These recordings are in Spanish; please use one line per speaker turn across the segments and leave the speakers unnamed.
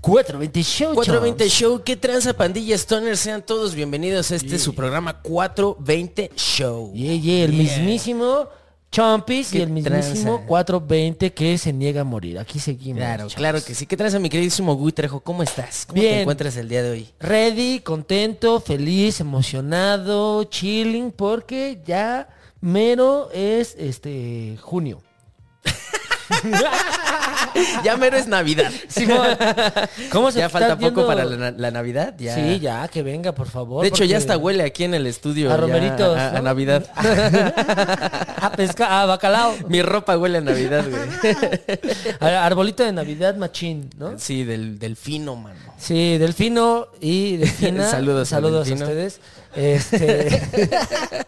420 Show.
420 Show, qué tranza pandilla Stoner, sean todos bienvenidos a este su programa 420 Show.
Yeah, yeah, el
Yeah.
mismísimo Chompis y
Qué
el mismísimo
tranza.
420 que se niega a morir. Aquí seguimos.
Claro,
chavos.
claro que sí. ¿Qué tranza mi queridísimo Gui Trejo? ¿Cómo estás? ¿Cómo
Bien.
te encuentras el día de hoy?
Ready, contento, feliz, emocionado, chilling, porque ya mero es este junio.
Ya mero es Navidad.
¿Cómo
ya
está
falta poco
yendo?
para la, na- la Navidad. Ya.
Sí, ya, que venga, por favor.
De hecho, ya
porque-
hasta huele aquí en el estudio.
A
ya,
romeritos,
a- a- a
¿no?
Navidad.
A pesca, a bacalao.
Mi ropa huele a Navidad, güey.
A- Arbolito de Navidad machín, ¿no?
Sí, del, del fino, mano.
Sí, Delfino y Delfina.
Saludos a
saludos a,
Delfino.
ustedes. Este...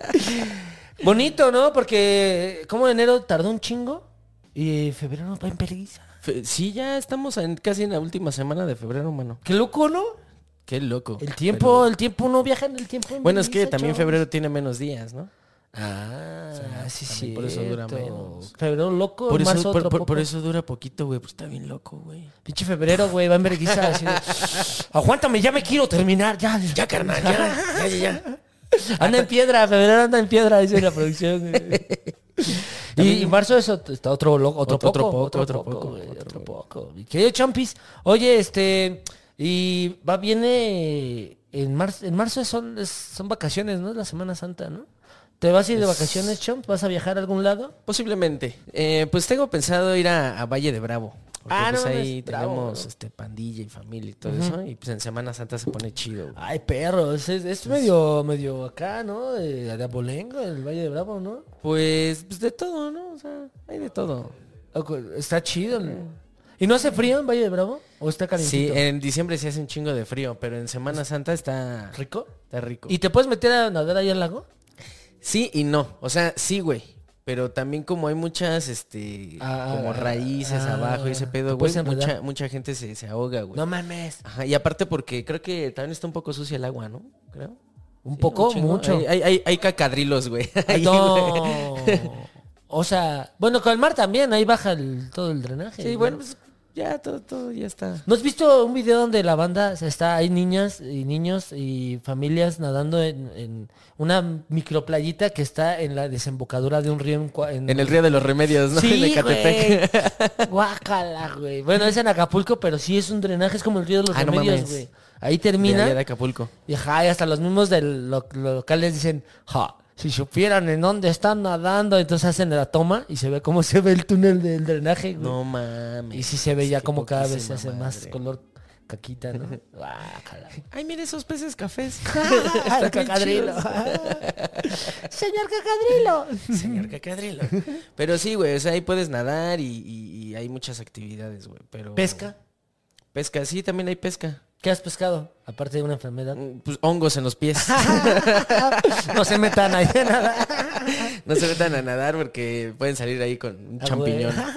Bonito, ¿no? Porque como enero tardó un chingo y febrero no va en perguisa.
Fe- Sí, ya estamos en- casi en la última semana de febrero, mano.
Qué loco, ¿no?
Qué loco.
El tiempo, el tiempo no viaja en el tiempo. en
Bueno, es que
vergüenza,
también
chavos.
febrero tiene menos días, ¿no?
Ah, sí, sí.
también por eso dura menos.
Febrero loco,
Por
marzo
eso, por,
otro
por-
poco.
por eso dura poquito, güey. Pues está bien loco, güey.
Pinche febrero, güey, va en vergüenza, así de, Aguántame, ya me quiero terminar, ya.
Ya, carnal, ya, ya, ya. ya.
Anda en piedra, febrero anda en piedra, dice la producción. güey. y, y marzo es ot- está otro, lo- otro,
Otro
poco,
poco,
otro,
otro
poco,
poco,
güey,
otro
otro poco. Mi querido Champis, oye, este, y va, viene en marzo, en marzo son, es- son vacaciones, ¿no? Es La Semana Santa, ¿no? ¿Te vas a ir de vacaciones, Champ? ¿Vas a viajar a algún lado?
Posiblemente. Eh, pues tengo pensado ir a, a Valle de Bravo. Porque
Ah, no
pues
mames,
ahí
Bravo,
tenemos
¿no?
este, pandilla y familia y todo eso. Y pues en Semana Santa se pone chido, güey.
Ay, perro, es, es- es medio, medio acá, ¿no? De, de Abolengo, el Valle de Bravo, ¿no?
Pues, pues de todo, ¿no? O sea, hay de todo.
Oco- Está chido. ¿no? ¿Y no hace frío en Valle de Bravo? ¿O está
Sí,
calientito?
en diciembre se hace un chingo de frío, pero en Semana Santa está,
¿Rico?
está rico.
¿Y te puedes meter a nadar ahí al lago?
Sí y no. O sea, sí, güey. Pero también como hay muchas, este,
Ah,
como raíces
ah,
abajo y ese
te
pedo, güey,
puedes enredar.
mucha, mucha gente se, se ahoga, güey.
No mames.
Ajá, y aparte porque creo que también está un poco sucia el agua, ¿no? Creo.
Un
Sí,
poco,
chingo.
mucho.
Hay, hay, hay- hay cacadrilos, güey. Ahí, güey.
No. O sea, bueno, con el mar también, ahí baja el- todo el drenaje.
Sí,
¿no?
bueno, pues ya todo, todo ya está.
¿No has visto un video donde la banda se está, hay niñas y niños y familias nadando en, en una microplayita que está en la desembocadura de un río en, Cua-
En el río de los remedios, ¿no? en
Sí,
Ecatepec.
güey. Guácala, güey. Bueno, es en Acapulco, pero sí es un drenaje, es como el río de los
Ah, no
remedios,
mames.
güey. Ahí
De
termina.
allá de Acapulco.
Y, ajá, y hasta los mismos de lo- lo- locales dicen, ja, si supieran en dónde están nadando, entonces hacen la toma y se ve cómo se ve el túnel del drenaje, güey.
No mames.
y sí se ve ya
Qué
como cada vez se
poquísima
hace más
madre.
color caquita, ¿no? Guácala.
Ay, mire esos peces cafés.
Ah, el
Están bien
cacadrilo.
chidos.
Señor cacadrilo.
Señor cacadrilo. Pero sí, güey, o sea, ahí puedes nadar y, y- y hay muchas actividades, güey. Pero...
¿Pesca?
Pesca, sí, también hay pesca.
¿Qué has pescado? Aparte de una enfermedad.
Mm, Pues hongos en los pies.
No se metan ahí en nada.
no se metan a nadar porque pueden salir ahí con un
Ah,
champiñón.
güey.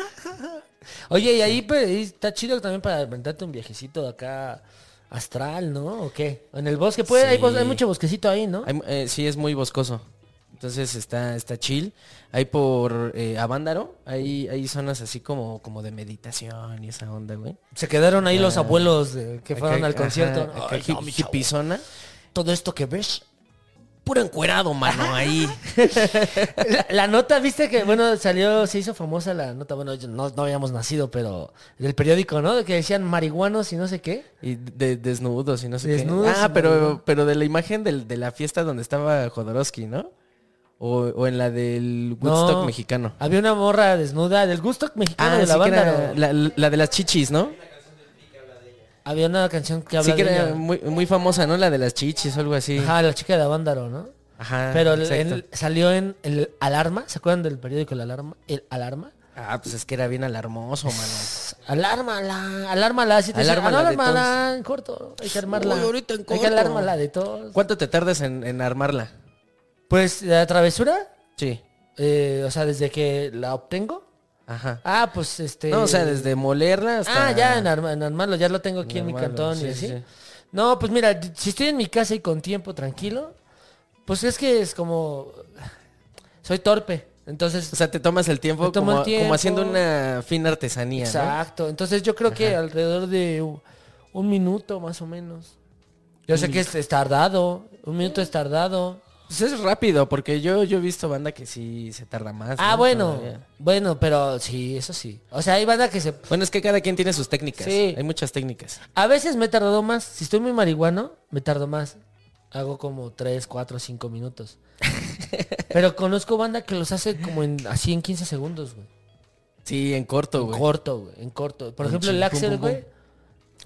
Oye, y ahí pues, ahí está chido también para inventarte un viajecito de acá astral, ¿no? ¿O qué? En el bosque, puede, hay, bos-
Sí.
hay mucho bosquecito ahí, ¿no?
Hay- eh, sí, es muy boscoso. Entonces está, está chill. Hay por eh, Avándaro, hay, hay zonas así como, como de meditación y esa onda, güey.
Se quedaron ahí los abuelos de- que
Acá-
fueron al
ajá,
concierto.
acá
Ay,
hi-
no, mi chavo.
hipizona.
Todo esto que ves.
Puro encuerado, mano, ahí.
La, la nota, viste que, bueno, salió, se hizo famosa la nota, bueno, yo- no, no habíamos nacido, pero del periódico, ¿no? De Que decían marihuanos y no sé qué.
Y de, desnudos y no sé
Desnudos
qué. Ah,
y
pero,
desnudos.
pero de la imagen del- de la fiesta donde estaba Jodorowsky, ¿no? O, o en la del Woodstock
No.
mexicano.
Había una morra desnuda del gusto mexicano
Ah,
de
sí
la
que
banda.
era
¿no?
la, la de las chichis, ¿no?
Había una canción que
Sí
hablaba
que
de
era
ella.
muy, muy famosa, ¿no? La de las chichis o algo así. Ajá.
Ajá, la chica de Avándaro, ¿no? Pero el-
exacto.
el- salió en el Alarma, ¿se acuerdan del periódico El Alarma? El Alarma.
Ah, pues es que era bien alarmoso, mano.
Alármala, alármala, si te
Alármala
dicen, "Ah,
de
no, alármala en corto, hay que armarla.
Uy, ahorita en
Hay que
corto.
alármala de todos.
¿Cuánto te tardas en, en armarla?
Pues la travesura,
Sí.
eh, o sea, desde que la obtengo.
Ajá.
Ah, pues este.
No, o sea, desde molerla hasta...
Ah, ya, en, arma- en armarlo, ya lo tengo aquí en, mi
armarlo,
cantón
sí,
y
sí,
así.
sí.
No, pues mira, d- si estoy en mi casa y con tiempo tranquilo, pues es que es como. Soy torpe. Entonces,
O sea, te tomas el tiempo,
Me tomo
como,
el tiempo.
como haciendo una fina artesanía, ¿no?
Exacto. Entonces yo creo que alrededor de u- Un minuto más o menos. Yo sé que es, es tardado. Un minuto es tardado.
Pues es rápido, porque yo, yo he visto banda que sí se tarda más.
Ah,
¿no?
bueno.
Todavía.
Bueno, pero sí, eso sí. O sea, hay banda que se...
Bueno, es que cada quien tiene sus técnicas.
Sí.
Hay muchas técnicas.
A veces me he tardado más. Si estoy muy marihuano, me tardo más. Hago como 3, 4, 5 minutos. Pero conozco banda que los hace como en, así en 15 segundos, güey.
Sí, en corto, güey.
Corto, güey. En corto. Por
En
ejemplo,
chin,
el
pum,
Axel,
pum, pum.
güey.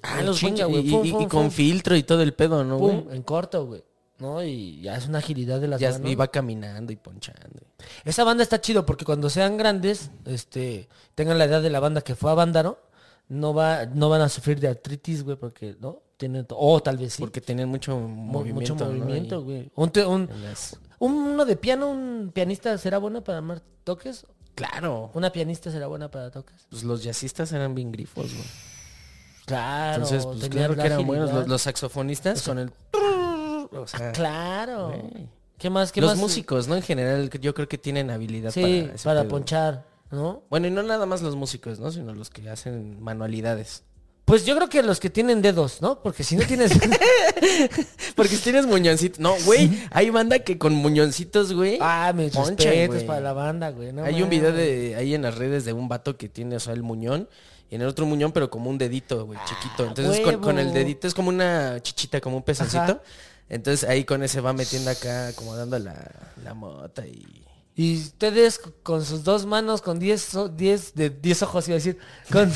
Ah,
en
los
chinga,
güey.
güey.
Y,
Fum,
y- y
fum,
con
fum.
filtro y todo el pedo, ¿no, güey?
Pum, en corto, güey. No, y ya es una agilidad de las
Ya
manos.
iba caminando y ponchando.
Esa banda está chido porque cuando sean grandes, este, tengan la edad de la banda que fue a Vándaro, no va, no van a sufrir de artritis, güey, porque, ¿no? Tienen, to- o tal vez sí.
Porque tenían mucho
Mo-
movimiento.
mucho
¿no?
movimiento,
Y-
güey. Un te- un-
en las-
un- uno de piano, un pianista será bueno para armar toques.
Claro.
Una pianista será buena para toques.
Pues los jazzistas eran bien grifos, güey.
Claro.
Entonces, pues
tenían
claro
la
que eran buenos.
agilidad.
Los, los saxofonistas con el... O sea,
Claro.
Güey.
¿Qué más? ¿Qué
los
más?
músicos, ¿no? En general, yo creo que tienen habilidad
Sí,
ese
para,
pedo.
ponchar, ¿no?
Bueno, y no nada más los músicos, ¿no? Sino los que hacen manualidades.
Pues yo creo que los que tienen dedos, ¿no? Porque si no tienes...
Porque si tienes muñoncitos. No, güey. Hay banda que con muñoncitos, güey.
ah, mis
Ponchan,
respetos
güey.
para la banda, güey. no
hay un video
mames.
de ahí en las redes de un vato que tiene, o sea, el muñón. Y en el otro muñón, pero como un dedito, güey, chiquito. Entonces con,
Ah, huevo.
con el dedito es como una chichita, como un pezoncito.
Ajá.
Entonces ahí con ese va metiendo acá, acomodando la, la mota y.
Y ustedes c- con sus dos manos, con 10 o- 10 de 10 ojos, iba a decir, con,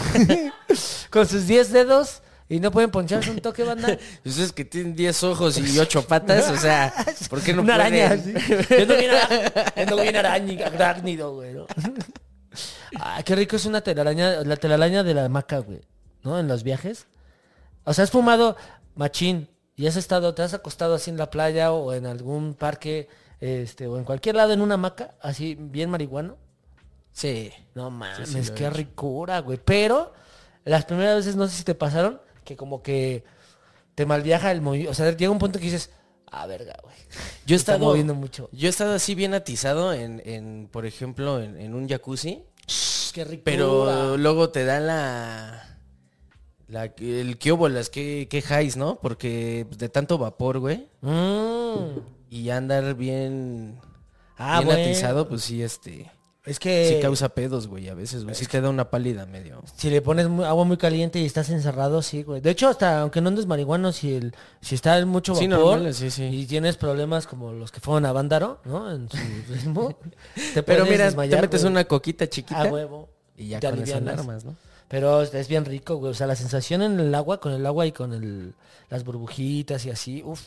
con sus 10 dedos y no pueden poncharse un toque, banda.
Ustedes pues que tienen 10 ojos y 8 patas, o sea, ¿por qué no
Una araña.
pueden?
Yo no bien, ara- ando bien arañi- arácnido, güey. ¿no? Ah, qué rico es una telaraña, la telaraña de la hamaca, güey. ¿No? En los viajes. O sea, has fumado machín y has estado, te has acostado así en la playa o en algún parque, este, o en cualquier lado en una hamaca, así bien marihuano.
Sí.
No mames,
sí, lo he
qué
hecho.
ricura, güey. Pero las primeras veces, no sé si te pasaron, que como que te malviaja el movimiento. O sea, llega un punto que dices, ah, verga, güey.
Yo he
Está
estado
moviendo mucho.
Yo he estado así bien atizado en, en, por ejemplo, en, en un jacuzzi,
Qué ricura.
pero
ah.
luego te da la la el quiobolas, que que highs, ¿no? Porque de tanto vapor, güey,
Mm.
y andar bien
Ah,
bien
bueno. Eh.
atizado, pues sí este
Es que
sí causa pedos, güey, a veces, güey, sí te da una pálida medio.
si le pones mu- agua muy caliente y estás encerrado, sí, güey. De hecho, hasta aunque no andes marihuano, si, el, si está en mucho
Sí,
vapor
normal, sí, sí.
y tienes problemas como los que fueron a Vándaro, ¿no? En su ritmo, te
Pero
puedes
mira,
desmayar,
te metes
güey.
una coquita chiquita
a huevo.
y ya
te
con esas
alivianas.
armas, ¿no?
Pero es bien rico, güey. O sea, la sensación en el agua, con el agua y con el, las burbujitas y así, uff,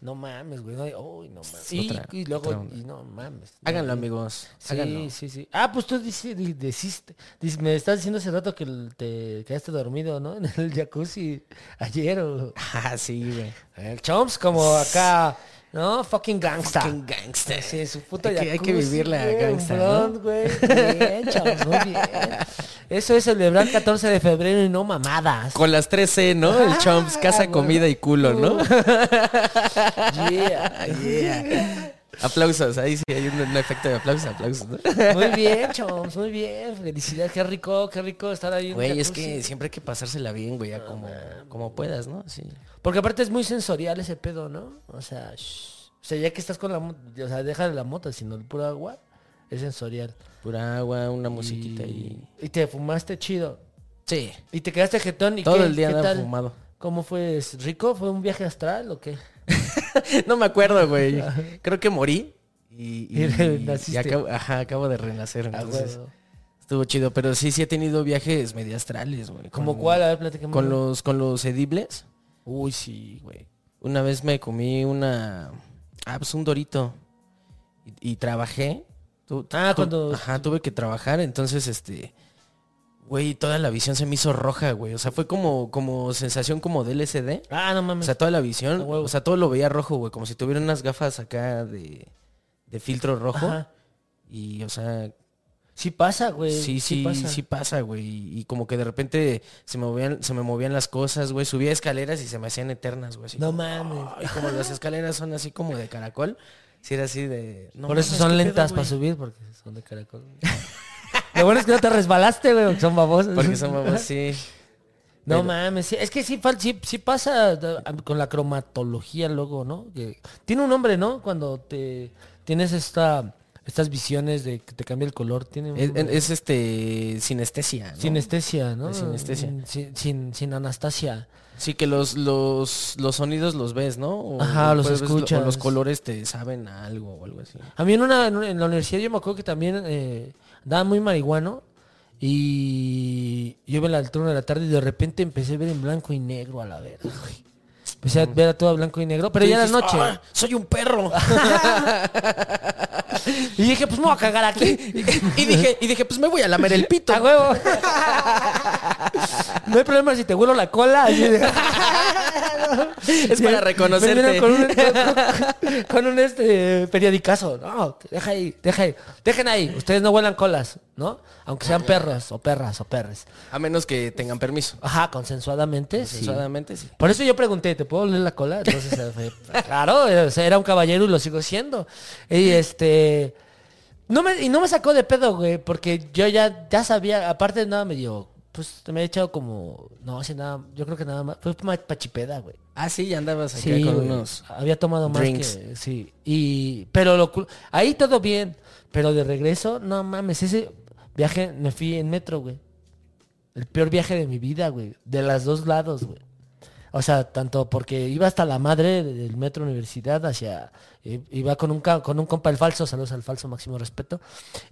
no mames, güey. No, hay- uy, no mames. Y,
Otra-
y luego,
otra onda.
y no mames. no
Háganlo,
mames.
amigos.
Sí,
Háganlo.
sí, sí. Ah, pues tú dici- di- deciste, dis- me estás diciendo hace rato que el- te quedaste dormido, ¿no? En el jacuzzi ayer. o-
Ah, sí, güey.
El Chomps como acá, ¿no? Fucking gangsta.
Fucking gangster.
Sí, su puta
Hay que- hay que
jacuzzi,
vivir la
güey, un
gangsta, ¿no?
blond, güey. Bien, Chomps, muy bien. Eso es celebrar 14 de febrero y no mamadas.
Con las 13, ¿no?
Ah,
El Chomps, casa,
bueno.
comida y culo, ¿no?
Uh. Yeah.
aplausos, ahí sí hay un, un efecto de aplausos, aplausos, ¿no?
Muy bien, Chomps, muy bien. Felicidad, qué rico, qué rico estar ahí. en
Güey, es
jacuzzi.
que siempre hay que pasársela bien, güey, ya como, como puedas, ¿no? Sí.
Porque aparte es muy sensorial ese pedo, ¿no? O sea, shh. o sea, ya que estás con la moto, o sea, deja la mota, sino el puro agua, es sensorial.
Pura agua, una musiquita y...
Y te fumaste chido.
Sí.
Y te quedaste jetón y
Todo
qué-
el día
¿qué
andaba
tal?
fumado.
¿Cómo fue? ¿Es ¿Rico? ¿Fue un viaje astral o qué?
No me acuerdo, güey. Creo que morí. Y, y-
Y renaciste.
y acabo, ajá, acabo de renacer,
Ah,
entonces
huevo.
estuvo chido. Pero sí, sí he tenido viajes mediastrales, güey.
¿Como
con-
cuál? A ver, platicamos.
Con los, con los edibles.
Uy, sí, güey.
güey. Una vez me comí una... Ah, pues un dorito. Y, y trabajé. Tu- tu-
Ah,
tu-
cuando-
Ajá, tuve que trabajar. Entonces, este... Güey, toda la visión se me hizo roja, güey. O sea, fue como, como sensación como de LSD.
Ah, no
O
mames.
sea, toda la visión.
A huevo.
O sea, todo lo veía rojo, güey. Como si tuviera unas gafas acá de, de filtro rojo.
Ajá.
Y, o sea,
Sí pasa, güey.
sí, sí,
pasa.
sí pasa, güey. Y, y como que de repente se me movían, se me movían las cosas, güey. Subía escaleras y se me hacían eternas, güey. así
No
como-
mames.
y como las escaleras son así como de caracol, si era así de... no
Por eso
mames,
son
¿qué
lentas
pedo,
para
güey?
subir, porque son de caracol. Lo bueno es que no te resbalaste, güey, porque son babosos.
Porque son mamás, sí.
No
Pero-
mames, sí, es que sí, fal- sí, sí pasa da- a- con la cromatología luego, ¿no? Que tiene un nombre, ¿no? Cuando te tienes esta estas visiones de que te cambia el color, tiene un
Es,
nombre.
es, este sinestesia. ¿no?
sinestesia, ¿no?
Es sinestesia.
Mm, Sin, sin, sin anastasia.
Sí, que los, los, los sonidos los ves, ¿no? O
Ajá, los
puedes-
escuchas.
O los colores te saben a algo o algo así.
A mí en, una, en una- en la universidad yo me acuerdo que también eh, daba muy marihuano y yo iba a la altura de la tarde y de repente empecé a ver en blanco y negro a la verga, güey. Empecé a ver a todo a blanco y negro, pero
Mm. Tú
ya era
dices,
noche.
"Ah, soy un perro.
Y dije, pues me voy a cagar aquí.
y, dije, y dije, pues me voy a lamer el pito.
A huevo. No hay problema si te huelo la cola. así de-
es para
Me
reconocerte.
vienen con un, con, con un, este periodicazo. No, deja ahí, deja ahí. Dejen ahí. Ustedes no huelan colas, ¿no? Aunque sean perros o perras o perres.
A menos que tengan permiso.
Ajá, consensuadamente, sí.
Aproximadamente, sí.
Por eso yo pregunté, ¿te puedo oler la cola? Entonces, eh, fue- claro, eh, o sea, era un caballero y lo sigo siendo. Y este... No me, y no me sacó de pedo, güey, porque yo ya, ya sabía, aparte de nada me dio, pues me he echado como, no, sé nada, yo creo que nada más, fue más pachipeda, güey.
Ah, sí, ya andabas acá
Sí,
con
güey,
unos.
había tomado más
drinks.
que, sí. Y, pero lo, cul- ahí todo bien, pero de regreso, no mames, ese viaje me fui en metro, güey. El peor viaje de mi vida, güey. De los dos lados, güey. O sea, tanto porque iba hasta la madre de- del metro universidad hacia... i- Iba con un, ca- con un compa el falso, saludos al falso, máximo respeto.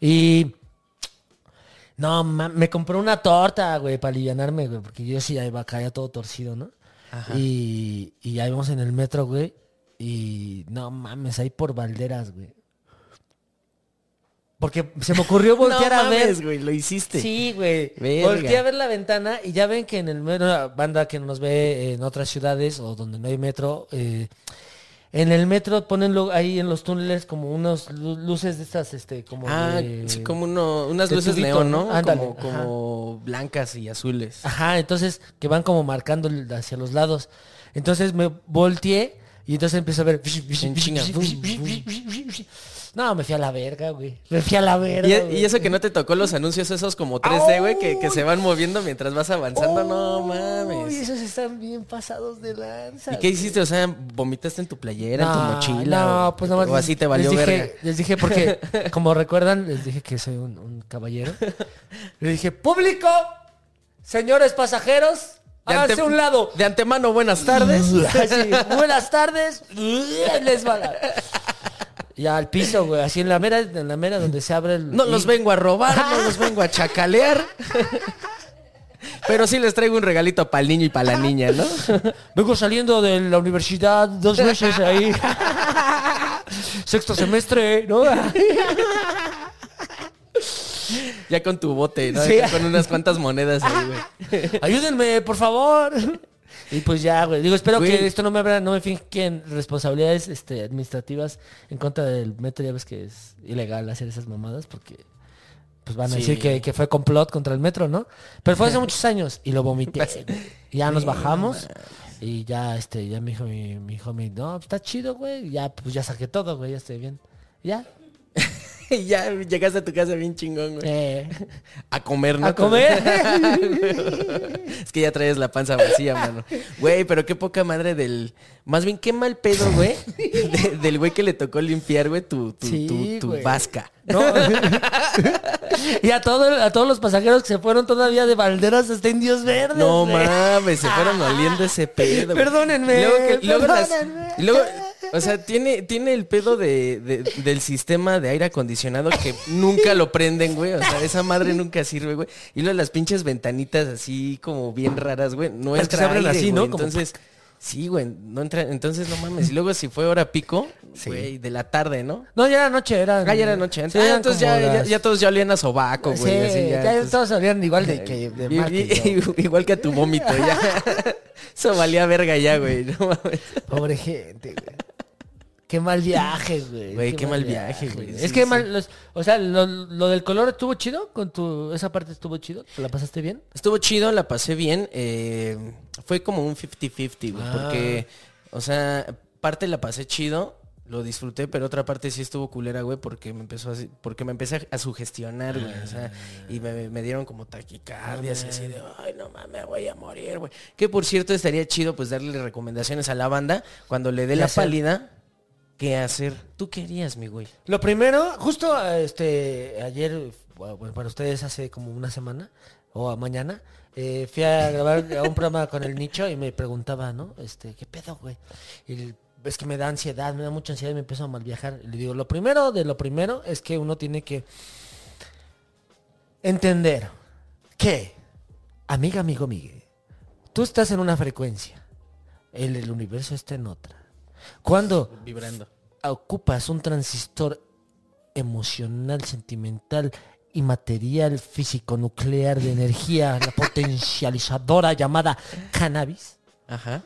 Y... No, ma- me compró una torta, güey, para alivianarme, güey, porque yo sí ya iba caía todo torcido, ¿no?
Ajá.
Y, y ya íbamos en el metro, güey. Y no mames, ahí por balderas, güey. Porque se me ocurrió voltear a ver.
güey, lo hiciste.
Sí, güey.
Este, Verga.
Volteé a ver la ventana y ya ven que en el metro, banda que nos ve en otras ciudades o donde no hay metro, eh, en el metro ponen lo- ahí en los túneles como unos lu- luces de estas, este, como
Ah,
de-
sí, como uno, unas
de
luces
tubito,
neón,
¿no?
¿no?
Ándale, Ah,
como como blancas y azules.
Ajá, entonces que van como marcando el- hacia los lados. Entonces me volteé y entonces empiezo a ver.
En chinga.
No, me fui a la verga, güey. Me fui a la verga.
Y, e-
güey.
y eso que no te tocó los anuncios esos como 3D, güey, que, que se van moviendo mientras vas avanzando. no
Uy,
mames.
esos están bien pasados de lanza.
¿Y qué hiciste? O sea, ¿vomitaste en tu playera, en tu mochila?
No,
o,
pues nada más.
o así te valió
les dije,
verga.
Les dije porque, como recuerdan, les dije que soy un, un caballero. Le dije, público, señores pasajeros,
De
háganse
ante-
a un lado.
De antemano, buenas tardes.
Así, buenas tardes. Les va la- Ya al piso, güey. Así en la mera, en la mera donde se abre el.
No los
y-
vengo a robar, no los vengo a chacalear. Pero sí les traigo un regalito para el niño y para la niña, ¿no?
Vengo saliendo de la universidad dos meses ahí. Sexto semestre, ¿no?
Ya con tu bote, ¿no?
Sí.
Acá Con unas cuantas monedas ahí, güey.
Ayúdenme, por favor. Y pues ya, güey. Digo, espero
Güey.
que esto no me abra, no me finquen responsabilidades este, administrativas en contra del metro. Ya ves que es ilegal hacer esas mamadas porque pues van a
Sí.
decir que, que fue complot contra el metro, ¿no? Pero fue hace muchos años y lo vomité. güey. Y ya nos bajamos y ya este, ya me dijo mi, mi homie, no, pues, está chido, güey. Ya, pues ya saqué todo, güey, ya estoy bien. Ya.
Y ya llegaste a tu casa bien chingón, güey.
eh,
A comer, ¿no?
a comer.
Es que ya traes la panza vacía, mano. Güey, pero qué poca madre del. Más bien, qué mal pedo, güey. de- del güey que le tocó limpiar, güey, tu, tu,
Sí,
tu, tu
güey.
vasca.
No. y a, todo, a todos los pasajeros que se fueron todavía de balderas hasta indios verdes.
No
güey.
mames, se fueron oliendo ese pedo. güey.
Ah. Perdónenme,
Luego que- luego las-
perdónenme.
luego, o sea, tiene, tiene el pedo de, de- del sistema de aire acondicionado que nunca lo prenden, güey. O sea, esa madre nunca sirve, güey. Y luego las pinches ventanitas así como bien raras, güey. No
Las
entra
que se abren
aire,
así,
güey.
¿no? Como-
Entonces, sí, güey, no entra. Entonces, no mames. Y luego si fue hora pico, güey, de la tarde, ¿no?
No, ya era noche, era.
Ah, ya era noche.
Sí,
Antes. Ah,
eran
entonces
como
ya, ya-
las-
ya todos ya olían a sobaco, güey.
Sí,
así
ya,
entonces-
todos salían igual de que de
y-
mal que
y-
yo.
igual que a tu vómito, ya. Eso valía verga ya, güey. No mames.
Pobre gente, güey. Qué mal viaje, güey.
Güey, qué mal viaje, güey.
Es
Sí,
que
sí.
mal, los- o sea, lo, lo del color estuvo chido con tu esa parte estuvo chido, ¿te la pasaste bien?
Estuvo chido, la pasé bien. eh, fue como un 50-50, güey.
Ah.
Porque, o sea, parte la pasé chido. lo disfruté, pero otra parte sí estuvo culera, güey, porque me empezó así, porque me empecé a sugestionar, güey, o sea, y me, me dieron como taquicardias y así de, ay, no mames, voy a morir, güey. Que por cierto estaría chido pues darle recomendaciones a la banda cuando le dé
¿Qué
la
hacer?
pálida, qué hacer. Tú querías, mi güey.
Lo primero, justo este ayer, bueno, para ustedes hace como una semana o a mañana, eh, fui a grabar a un programa con el nicho y me preguntaba, ¿no? Este, ¿qué pedo, güey? Y el- es que me da ansiedad, me da mucha ansiedad y me empiezo a mal viajar. Y le digo, lo primero de lo primero es que uno tiene que entender que, amiga, amigo, migue, tú estás en una frecuencia, el, el universo está en otra. Cuando
Vibrando.
ocupas un transistor emocional, sentimental y material físico nuclear de energía, la potencializadora llamada cannabis,
Ajá.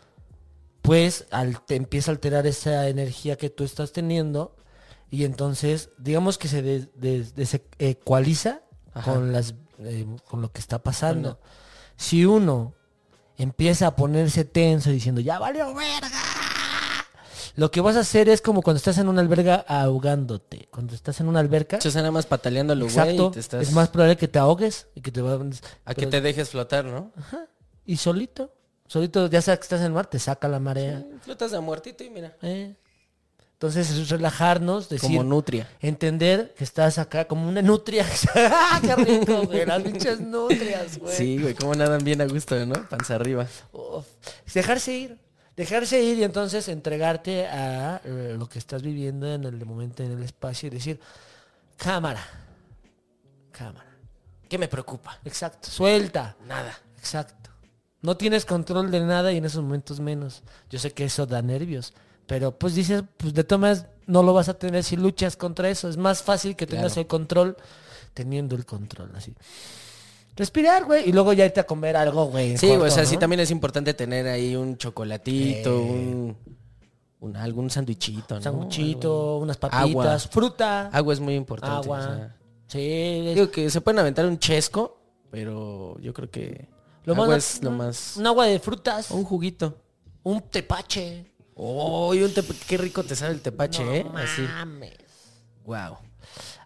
pues al, te empieza a alterar esa energía que tú estás teniendo y entonces digamos que se des- des- desecualiza
Ajá.
con, las, eh, con lo que está pasando. Si uno empieza a ponerse tenso diciendo, ya valió verga, lo que vas a hacer es como cuando estás en una alberga ahogándote, cuando estás en una alberca.
Se está nada más pataleando lo güey
Exacto,
y te estás
es más probable que te ahogues y que te vayas-
a que
pero-
te dejes flotar, ¿no?
y solito, solito ya sabes que estás en el mar, te saca la marea.
Flotas de a muertito y mira.
¿eh? Entonces es relajarnos, decir,
Como nutria.
entender que estás acá como una nutria. ¡Ah, ¡Qué rico, güey! Las pinches nutrias, güey.
Sí, güey, cómo nadan bien a gusto, ¿no? Panza arriba.
Uf. Dejarse ir. Dejarse ir y entonces entregarte a eh, lo que estás viviendo en el momento, en el espacio y decir, cámara, cámara.
¿Qué me preocupa?
Exacto, suelta.
Nada.
Exacto. No tienes control de nada y en esos momentos menos. Yo sé que eso da nervios, pero pues dices, pues de tomas no lo vas a tener si luchas contra eso. Es más fácil que tengas
Claro.
el control teniendo el control, así. Respirar, güey, y luego ya irte a comer algo, güey. en
Sí, güey, o
corto,
sea,
¿no?
sí también es importante tener ahí un chocolatito,
Eh.
un, un algún sándwichito, ¿no?
Sanguchito, unas
Agua.
papitas, fruta,
Algo- Agua es muy importante.
agua.
o sea,
sí, es-
digo que se pueden aventar un chesco, pero yo creo que
lo
agua
más,
es lo más. Oh.
Un agua de frutas,
o Un juguito.
un tepache.
Oh, y un tepa- qué rico te sabe el tepache,
No
¿eh? Así.
mames.
Wow.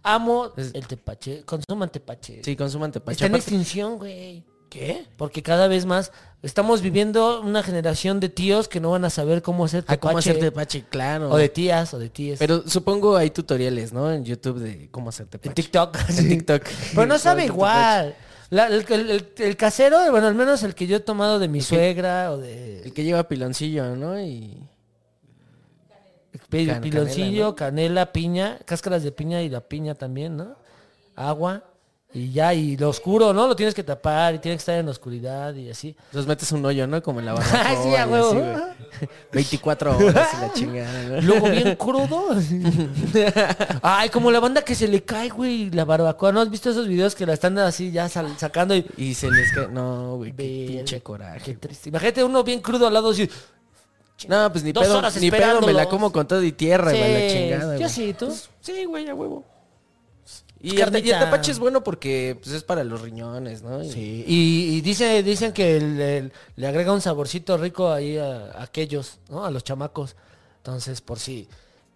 Amo
Es-
el tepache. Consuman tepache.
Sí, consuman tepache.
Está en
Aparte-
extinción, güey.
¿Qué?
Porque cada vez más estamos viviendo una generación de tíos que no van a saber cómo hacer
Ah,
tepache.
cómo hacer tepache, claro.
O de tías, o de tías.
Pero supongo hay tutoriales, ¿no? En YouTube de cómo hacer
en
tepache.
TikTok.
En TikTok.
Pero no sabe
Tepache.
igual. La- el, el- el- el casero, bueno, al menos el que yo he tomado de mi suegra o de
El que lleva piloncillo, ¿no? Y
pi-
can-
piloncillo, canela, piña, cáscaras de piña y la piña también, ¿no? Agua. Y ya, y lo oscuro, ¿no? Lo tienes que tapar y tiene que estar en la oscuridad y así.
los metes un hoyo, ¿no? Como en la barbacoa.
Ah, sí,
y
a huevo.
así, güey. 24 horas y la chingada, ¿no?
Luego bien crudo. Ay, como la banda que se le cae, güey, la barbacoa. ¿No has visto esos videos que la están así ya sal- sacando y...
Y se les cae... No, güey, qué
Verga,
pinche
Qué
coraje.
triste. Imagínate uno bien crudo al lado así.
No, pues ni
Dos
pedo,
horas
ni pedo, me la
esperándolos.
como con todo y tierra, güey, la
Sí,
chingada,
Yo
güey. Pues,
sí, ¿tú?
Sí, güey, a huevo. Y, el,
Carnita.
y el tapache es bueno porque pues, es para los riñones, ¿no? Y-
Sí. Y, y dice, dicen que el- el- le agrega un saborcito rico ahí a, a aquellos, ¿no? A los chamacos. Entonces, por si...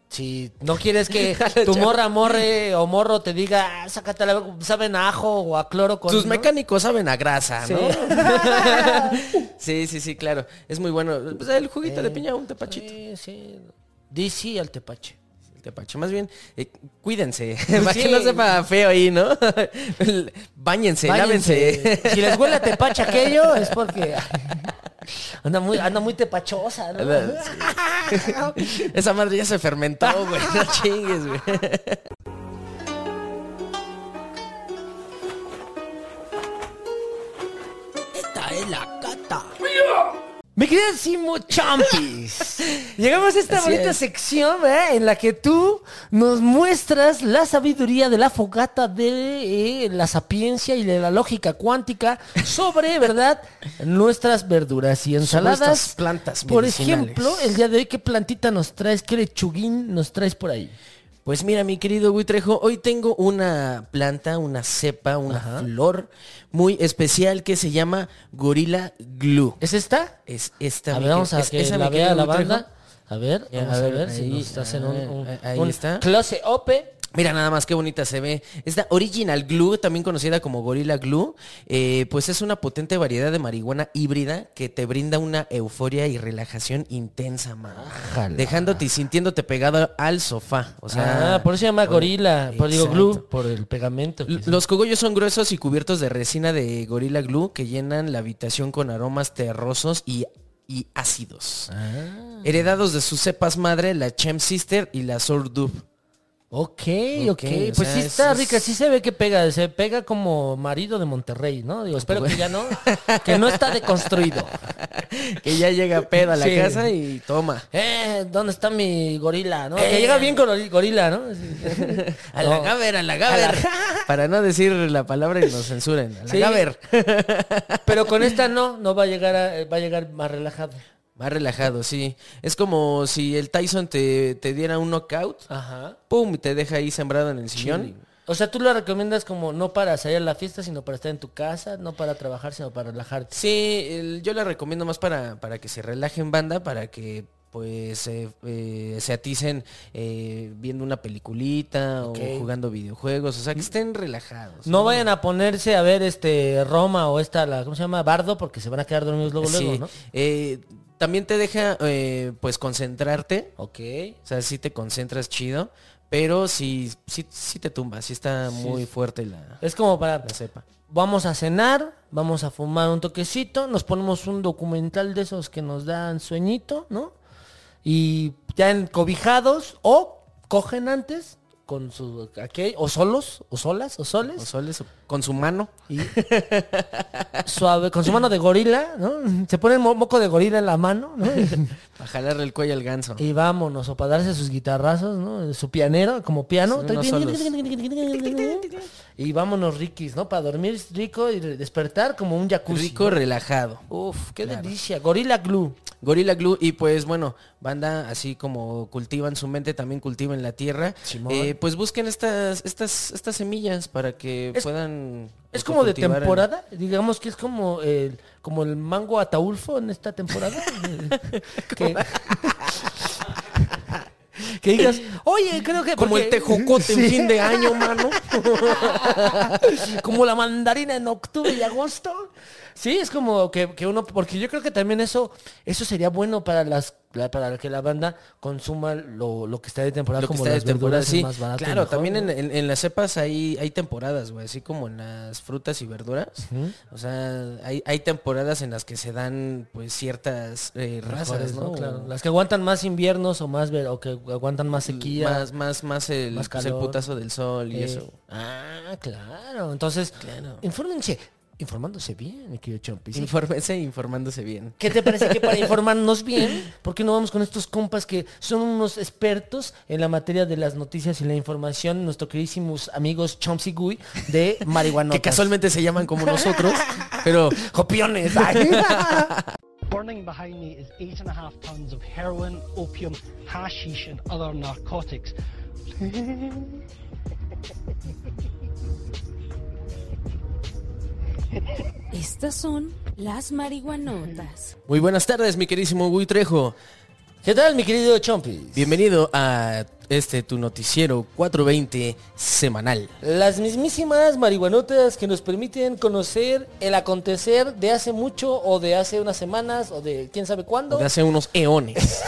Si no quieres que tu morra morre o morro te diga, "Ah, sácate la... saben a ajo o a cloro con...
Tus
¿no?
mecánicos saben a grasa,
Sí.
¿no? sí, sí, sí, claro. Es muy bueno. Pues el juguito de piña, un tapachito.
Sí, sí. Di sí al tepache.
El tepache. Más bien, eh, cuídense.
Pues
para
sí.
que no sepa feo ahí, ¿no? El- Báñense, lávense.
Si les huele a tepache aquello, es porque anda muy, anda muy tepachosa, ¿no?
Anda, Esa madre ya se fermentó, güey. No chingues, güey.
Esta es la cata. Mi queridísimo Champis. Llegamos a esta
Así
bonita
es.
sección, ¿verdad? En la que tú nos muestras la sabiduría de la fogata de eh, la sapiencia y de la lógica cuántica sobre, ¿verdad? Nuestras verduras y
estas
ensaladas.
plantas
Por
medicinales.
ejemplo, el día de hoy, ¿qué plantita nos traes? ¿Qué lechuguín nos traes por ahí?
Pues mira, mi querido Buitrejo, hoy tengo una planta, una cepa, una flor muy especial que se llama Gorilla Glue.
¿Es esta?
Es esta.
A
mi
ver, vamos
quer-
a
es-
que
esa,
la
mi querido
vea la
Buitrejo.
banda. A ver,
Ya,
vamos
a
a
ver,
ver,
ahí,
si nos estás en
a
un,
ver,
un,
a- ahí
un
está.
close ope.
Mira nada más qué bonita se ve. Esta Original Glue, también conocida como Gorilla Glue, eh, pues es una potente variedad de marihuana híbrida que te brinda una euforia y relajación intensa, man.
Ájala.
Dejándote y sintiéndote pegado al sofá. O sea,
ah, por eso se llama
por-
gorila, por digo glue,
Exacto.
por el pegamento. que
L-
se-
Los cogollos son gruesos y cubiertos de resina de Gorilla Glue que llenan la habitación con aromas terrosos y, y ácidos.
Ah,
Heredados de sus cepas madre, la Chem Sister y la Sour Dove.
ok,
Ok,
ok.
o
Pues
sea,
sí
es-
está
es-
rica, sí se ve que pega, se pega como marido de Monterrey, ¿no? Digo, espero que ya no, que no está deconstruido.
Que ya llega peda a la
Sí.
casa y toma.
Eh, ¿dónde está mi gorila? ¿no?
Eh.
Que llega bien con el gorila, ¿no? Sí.
A la
No.
gaber, a la gaber. Para no decir la palabra y nos censuren. A la
Sí.
gaber.
Pero con esta no, no va a llegar a- va a llegar más relajado.
Más relajado, sí. Es como si el Tyson te, te diera un knockout,
Ajá.
pum, y te deja ahí sembrado en el sillón.
O sea, tú la recomiendas como no para salir a la fiesta, sino para estar en tu casa, no para trabajar, sino para relajarte.
Sí, el- yo la recomiendo más para, para que se relajen banda, para que pues eh, eh, se aticen eh, viendo una peliculita
Ok. Mm.
o jugando videojuegos, o sea, que estén relajados.
No vayan a ponerse a ver este Roma o esta, la, ¿cómo se llama? Bardo, porque se van a quedar dormidos luego,
Sí.
luego, ¿no?
Eh, también te deja eh, pues concentrarte,
Ok.
O sea, sí te concentras chido, pero sí, sí, sí te tumba, sí está muy fuerte la,
Es como para,
la cepa.
vamos a cenar, vamos a fumar un toquecito, nos ponemos un documental de esos que nos dan sueñito, ¿no? Y ya en cobijados o cogen antes con su, aquí, o solos, o solas, o soles.
O soles, o- con su mano.
Y suave, con su mano de gorila, ¿no? Se pone el mo- moco de gorila en la mano, ¿no?
Para jalarle el cuello al ganso.
Y vámonos, o para darse sus guitarrazos, ¿no? Su pianero, como piano.
Sí, unos solos.
Y vámonos, Rikis, ¿no? Para dormir rico y re- despertar como un jacuzzi.
Rico, relajado.
Uf, qué delicia. Gorila Glue.
Gorilla Glue y pues bueno, banda así como cultivan su mente, también cultivan la tierra.
Simón.
Eh, pues busquen estas, estas, estas semillas para que
Es-
puedan... pues,
Es como de
cultivar el-
temporada, digamos que es como el, como el mango ataulfo en esta temporada. que, que digas, oye, creo que...
Como el
porque-
tejocote en
Sí.
fin de año, mano.
como la mandarina en octubre y agosto. Sí, es como que, que uno, porque yo creo que también eso, eso sería bueno para las la- para que la banda consuma lo, lo que está de temporada,
Lo que
como
está de
las
temporada,
verduras es
sí.
más barato y
claro,
mejor,
también
¿no?
en, en- en las cepas hay, hay temporadas, güey, así como en las frutas y verduras. O sea, hay, hay temporadas en las que se dan pues ciertas eh, razas,
Mejores,
¿no?
¿no? Claro. Las que aguantan más inviernos o más ver- o que aguantan más sequía.
Más, más, más el,
Más
pues, el
calor.
putazo del sol y
Eh,
eso.
Ah, claro. Entonces, infórmense, informándose bien, mi querido Chompis.
Infórmense informándose bien.
¿Qué te parece que para informarnos bien, por qué no vamos con estos compas que son unos expertos en la materia de las noticias y la información? Nuestros queridísimos amigos Chomps y Gui de Marihuanotas.
Que casualmente se llaman como nosotros, pero
¡Copiones! ay.
Burning behind me is eight and a half tons of heroin, opium, hashish, and other narcotics.
Estas son las marihuanotas.
muy buenas tardes, mi querísimo Gui Trejo.
¿Qué tal, mi querido Chompis?
Bienvenido a este tu noticiero 420 semanal.
Las mismísimas marihuanotas que nos permiten conocer el acontecer de hace mucho o de hace unas semanas o de quién sabe cuándo.
De hace unos eones.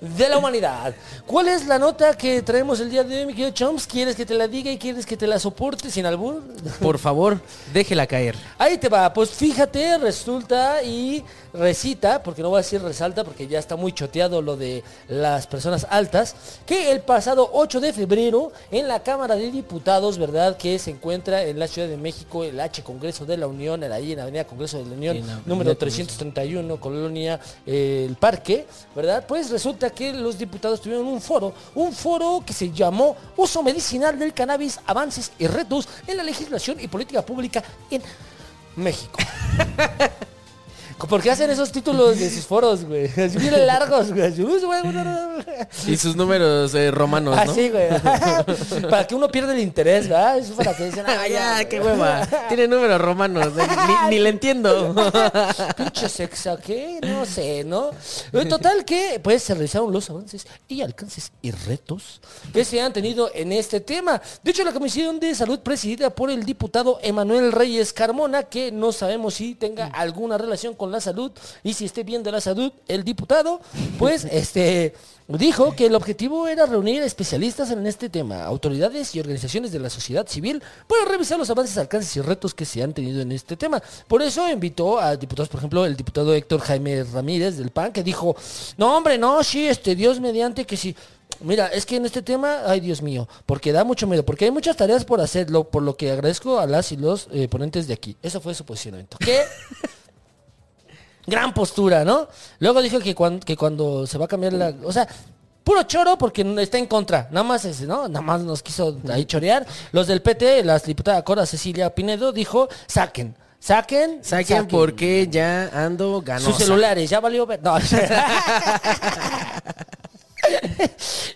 de la humanidad. ¿Cuál es la nota que traemos el día de hoy, mi querido Chomps? ¿Quieres que te la diga y quieres que te la soporte sin albur?
Por favor, déjela caer.
Ahí te va, pues fíjate, resulta y recita, porque no voy a decir resalta porque ya está muy choteado lo de las personas altas, que el pasado 8 de febrero en la Cámara de Diputados, ¿verdad? Que se encuentra en la Ciudad de México, el H Congreso de la Unión, ahí en Avenida Congreso de la Unión,
En la Avenida
número
Congreso.
300. 31, Colonia eh, El Parque, ¿verdad? Pues resulta que los diputados tuvieron un foro, un foro que se llamó Uso Medicinal del Cannabis, Avances y Retos en la Legislación y Política Pública en México. ¿Por qué hacen esos títulos de sus foros, güey? Así bien largos, güey. Así, "Uy, güey, bueno".
Y sus números eh, romanos, ¿no?
Así, güey. Para que uno pierda el interés, ¿verdad? Eso para que dicen,
Ah,
ah,
ya, qué hueva. Tiene números romanos. eh, Ni, ni le entiendo.
Pinche sexa, ¿qué? No sé, ¿no? En total que pues se realizaron los avances y alcances y retos que se han tenido en este tema. De hecho, la Comisión de Salud presidida por el diputado Emanuel Reyes Carmona, que no sabemos si tenga alguna relación con la salud y si esté bien de la salud, el diputado, pues este... Dijo que el objetivo era reunir especialistas en este tema, autoridades y organizaciones de la sociedad civil para revisar los avances, alcances y retos que se han tenido en este tema. Por eso invitó a diputados, por ejemplo, el diputado Héctor Jaime Ramírez del PAN, que dijo, no hombre, no, sí, este Dios mediante que sí. Mira, es que en este tema, ay Dios mío, porque da mucho miedo, porque hay muchas tareas por hacerlo, por lo que agradezco a las y los eh, ponentes de aquí. Eso fue su posicionamiento. ¿Qué? gran postura, ¿no? Luego dijo que cuando, que cuando se va a cambiar la... O sea, puro choro porque n- está en contra. Nada más ese, ¿no? Nada más nos quiso ahí chorear. Los del PT, la diputada Cora Cecilia Pinedo dijo, saquen, saquen,
Saquen porque ya ando ganosa.
Sus celulares, ya valió ver. No.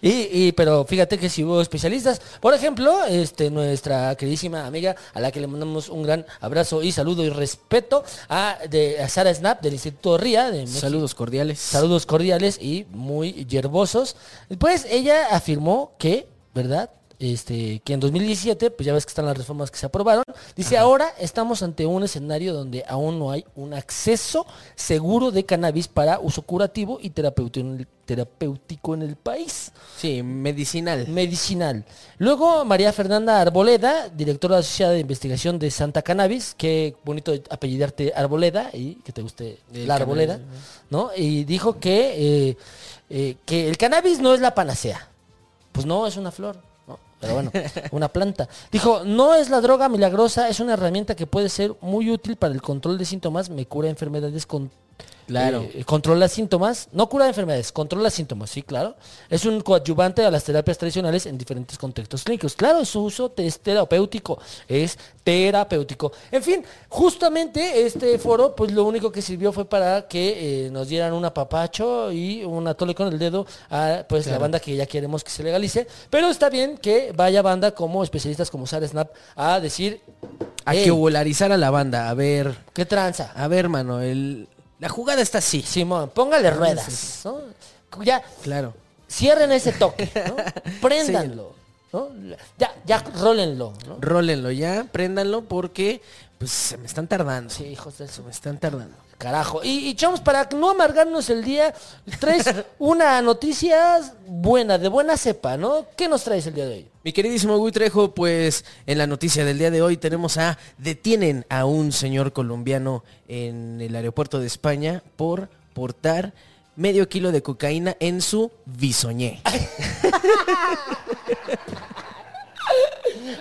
Y, y- pero fíjate que si hubo especialistas. Por ejemplo, este, nuestra queridísima amiga, a la que le mandamos un gran abrazo y saludo y respeto, a, de, a Sara Snap del Instituto RIA de México.
Saludos cordiales.
Saludos cordiales y muy yerbosos. Pues ella afirmó que, ¿verdad? Este, que en 2017, pues ya ves que están las reformas que se aprobaron. Dice, ahora estamos ante un escenario donde aún no hay un acceso seguro de cannabis para uso curativo y terapéutico en el- terapéutico en el país
Sí, medicinal.
medicinal. Luego María Fernanda Arboleda, directora asociada de investigación de Santa Cannabis, qué bonito apellidarte Arboleda y que te guste
El
la Arboleda, ¿no? Y dijo que, eh, eh, que el cannabis no es la panacea. Pues no, es una flor, ¿no? Pero bueno, una planta. Dijo, no es la droga milagrosa, es una herramienta que puede ser muy útil para el control de síntomas, me cura enfermedades con...
Claro.
eh, controla síntomas, no cura enfermedades, controla síntomas, sí, claro. Es un coadyuvante a las terapias tradicionales en diferentes contextos clínicos. Claro, su uso te- es terapéutico, es terapéutico. En fin, justamente este foro, pues lo único que sirvió fue para que eh, nos dieran un apapacho y un atole con el dedo a pues la banda que ya queremos que se legalice. Pero está bien que vaya banda como especialistas como Sara Snap a decir
A
"Ey,
que volarizar a la banda. A ver,
qué tranza.
a ver, mano. El... La jugada está así.
Simón, póngale ruedas. ¿no? Ya,
Claro.
cierren ese toque, ¿no? Préndanlo, ¿no? Ya, ya, rólenlo, ¿no?
Rólenlo ya, préndanlo porque pues, se me están tardando.
Sí, hijos de su
Se me están tardando.
carajo. Y, y chavos, para no amargarnos el día, tres, una noticia buena, de buena cepa, ¿no? ¿Qué nos traes el día de hoy?
Mi queridísimo Gui Trejo, pues en la noticia del día de hoy tenemos a detienen a un señor colombiano en el aeropuerto de España por portar medio kilo de cocaína en su bisoñé.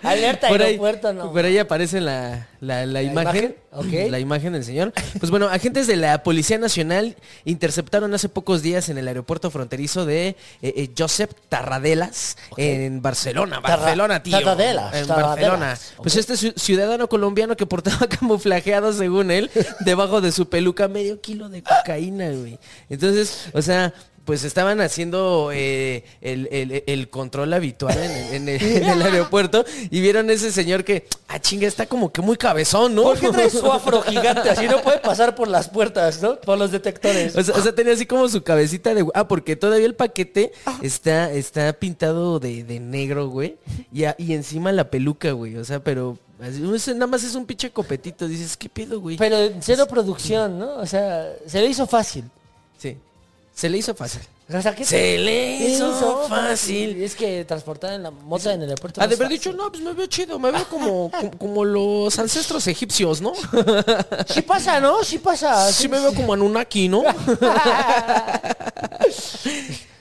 Alerta
por ahí,
aeropuerto, no.
por ahí aparece la, la- la imagen.
imagen? Ok.
La imagen del señor. Pues bueno, agentes de la Policía Nacional interceptaron hace pocos días en el aeropuerto fronterizo de eh, eh, Josep Tarradelas en Barcelona.
Tarra-
Barcelona, tío.
Tarradelas,
En
Tarradelas.
Barcelona.
Ok.
Pues este ci- ciudadano colombiano que portaba camuflajeado, según él, debajo de su peluca medio kilo de cocaína, güey. Entonces, o sea... Pues estaban haciendo eh, el, el- el control habitual en el, en el- en el aeropuerto y vieron ese señor que, ah, chinga, está como que muy cabezón, ¿no?
¿Por qué traes su afro gigante? Así no puede pasar por las puertas, ¿no? Por los detectores.
O sea, o sea, tenía así como su cabecita de... Ah, porque todavía el paquete está, está pintado de, de negro, güey. Y, a- y encima la peluca, güey. O sea, pero... así, es- nada más es un pinche copetito. Dices, ¿qué pedo, güey?
Pero en cero producción, ¿no? O sea, se le hizo fácil.
Sí. Se le hizo fácil.
O sea, ¿qué
Se le
¿qué
hizo fácil.
Es que transportar en la moto en el aeropuerto.
Ha
no
de
es
haber
fácil.
dicho, no, pues me veo chido, me veo como, como, como los ancestros egipcios, ¿no?
Sí pasa, ¿no? Sí pasa.
Ah, Sí me veo como Anunnaki, ¿no?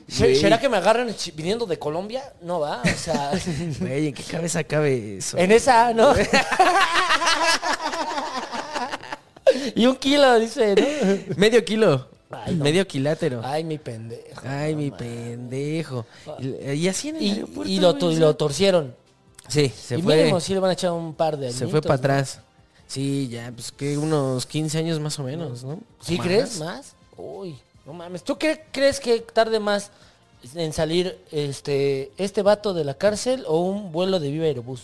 ¿Se- ¿Será que me agarran chi- viniendo de Colombia? No va, o sea,
Güey, ¿en qué cabeza cabe eso?
en esa, ¿no? y un kilo, dice, ¿no?
Medio kilo.
Ay, no. Ah,
Medio kilátero.
Ay, mi pendejo.
Ay, mi pendejo. Y, y así en el
Y,
aeropuerto.
y lo,
güey,
to- y
o sea.
lo torcieron.
Sí, se
y
fue.
mínimo sí le van a echar un par de
se
añitos,
fue para
¿no?
atrás. Sí, ya, pues que unos 15 años más o menos, ¿no?
¿Sí
¿Más?
crees? ¿Más? Uy, no mames. ¿Tú qué crees que tarde más en salir este, este vato de la cárcel o un vuelo de Viva Aerobús?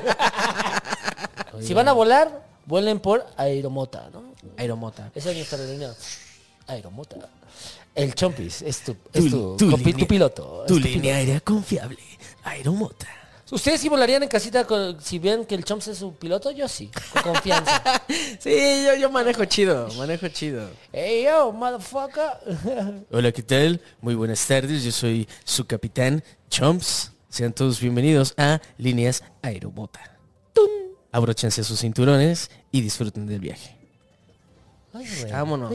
si van a volar, vuelen por Aeromota, ¿no?
Aeromota.
Esa es nuestra aerolínea. Aeromota. El Chompis es tu, es
Tu-
tu,
tu
compi-
línea-
tu piloto.
Tu
es tu
línea aérea confiable, Aeromota.
piloto. ¿Ustedes sí volarían en casita con- si ven que el Chomps es su piloto? Yo sí, con confianza.
Sí, yo, yo manejo chido, manejo chido.
Ey, yo, motherfucker.
Hola, ¿qué tal? Muy buenas tardes, yo soy su capitán, Chomps. Sean todos bienvenidos a Líneas Aeromota. ¡Tun! Abróchense sus cinturones y disfruten del viaje. Vámonos.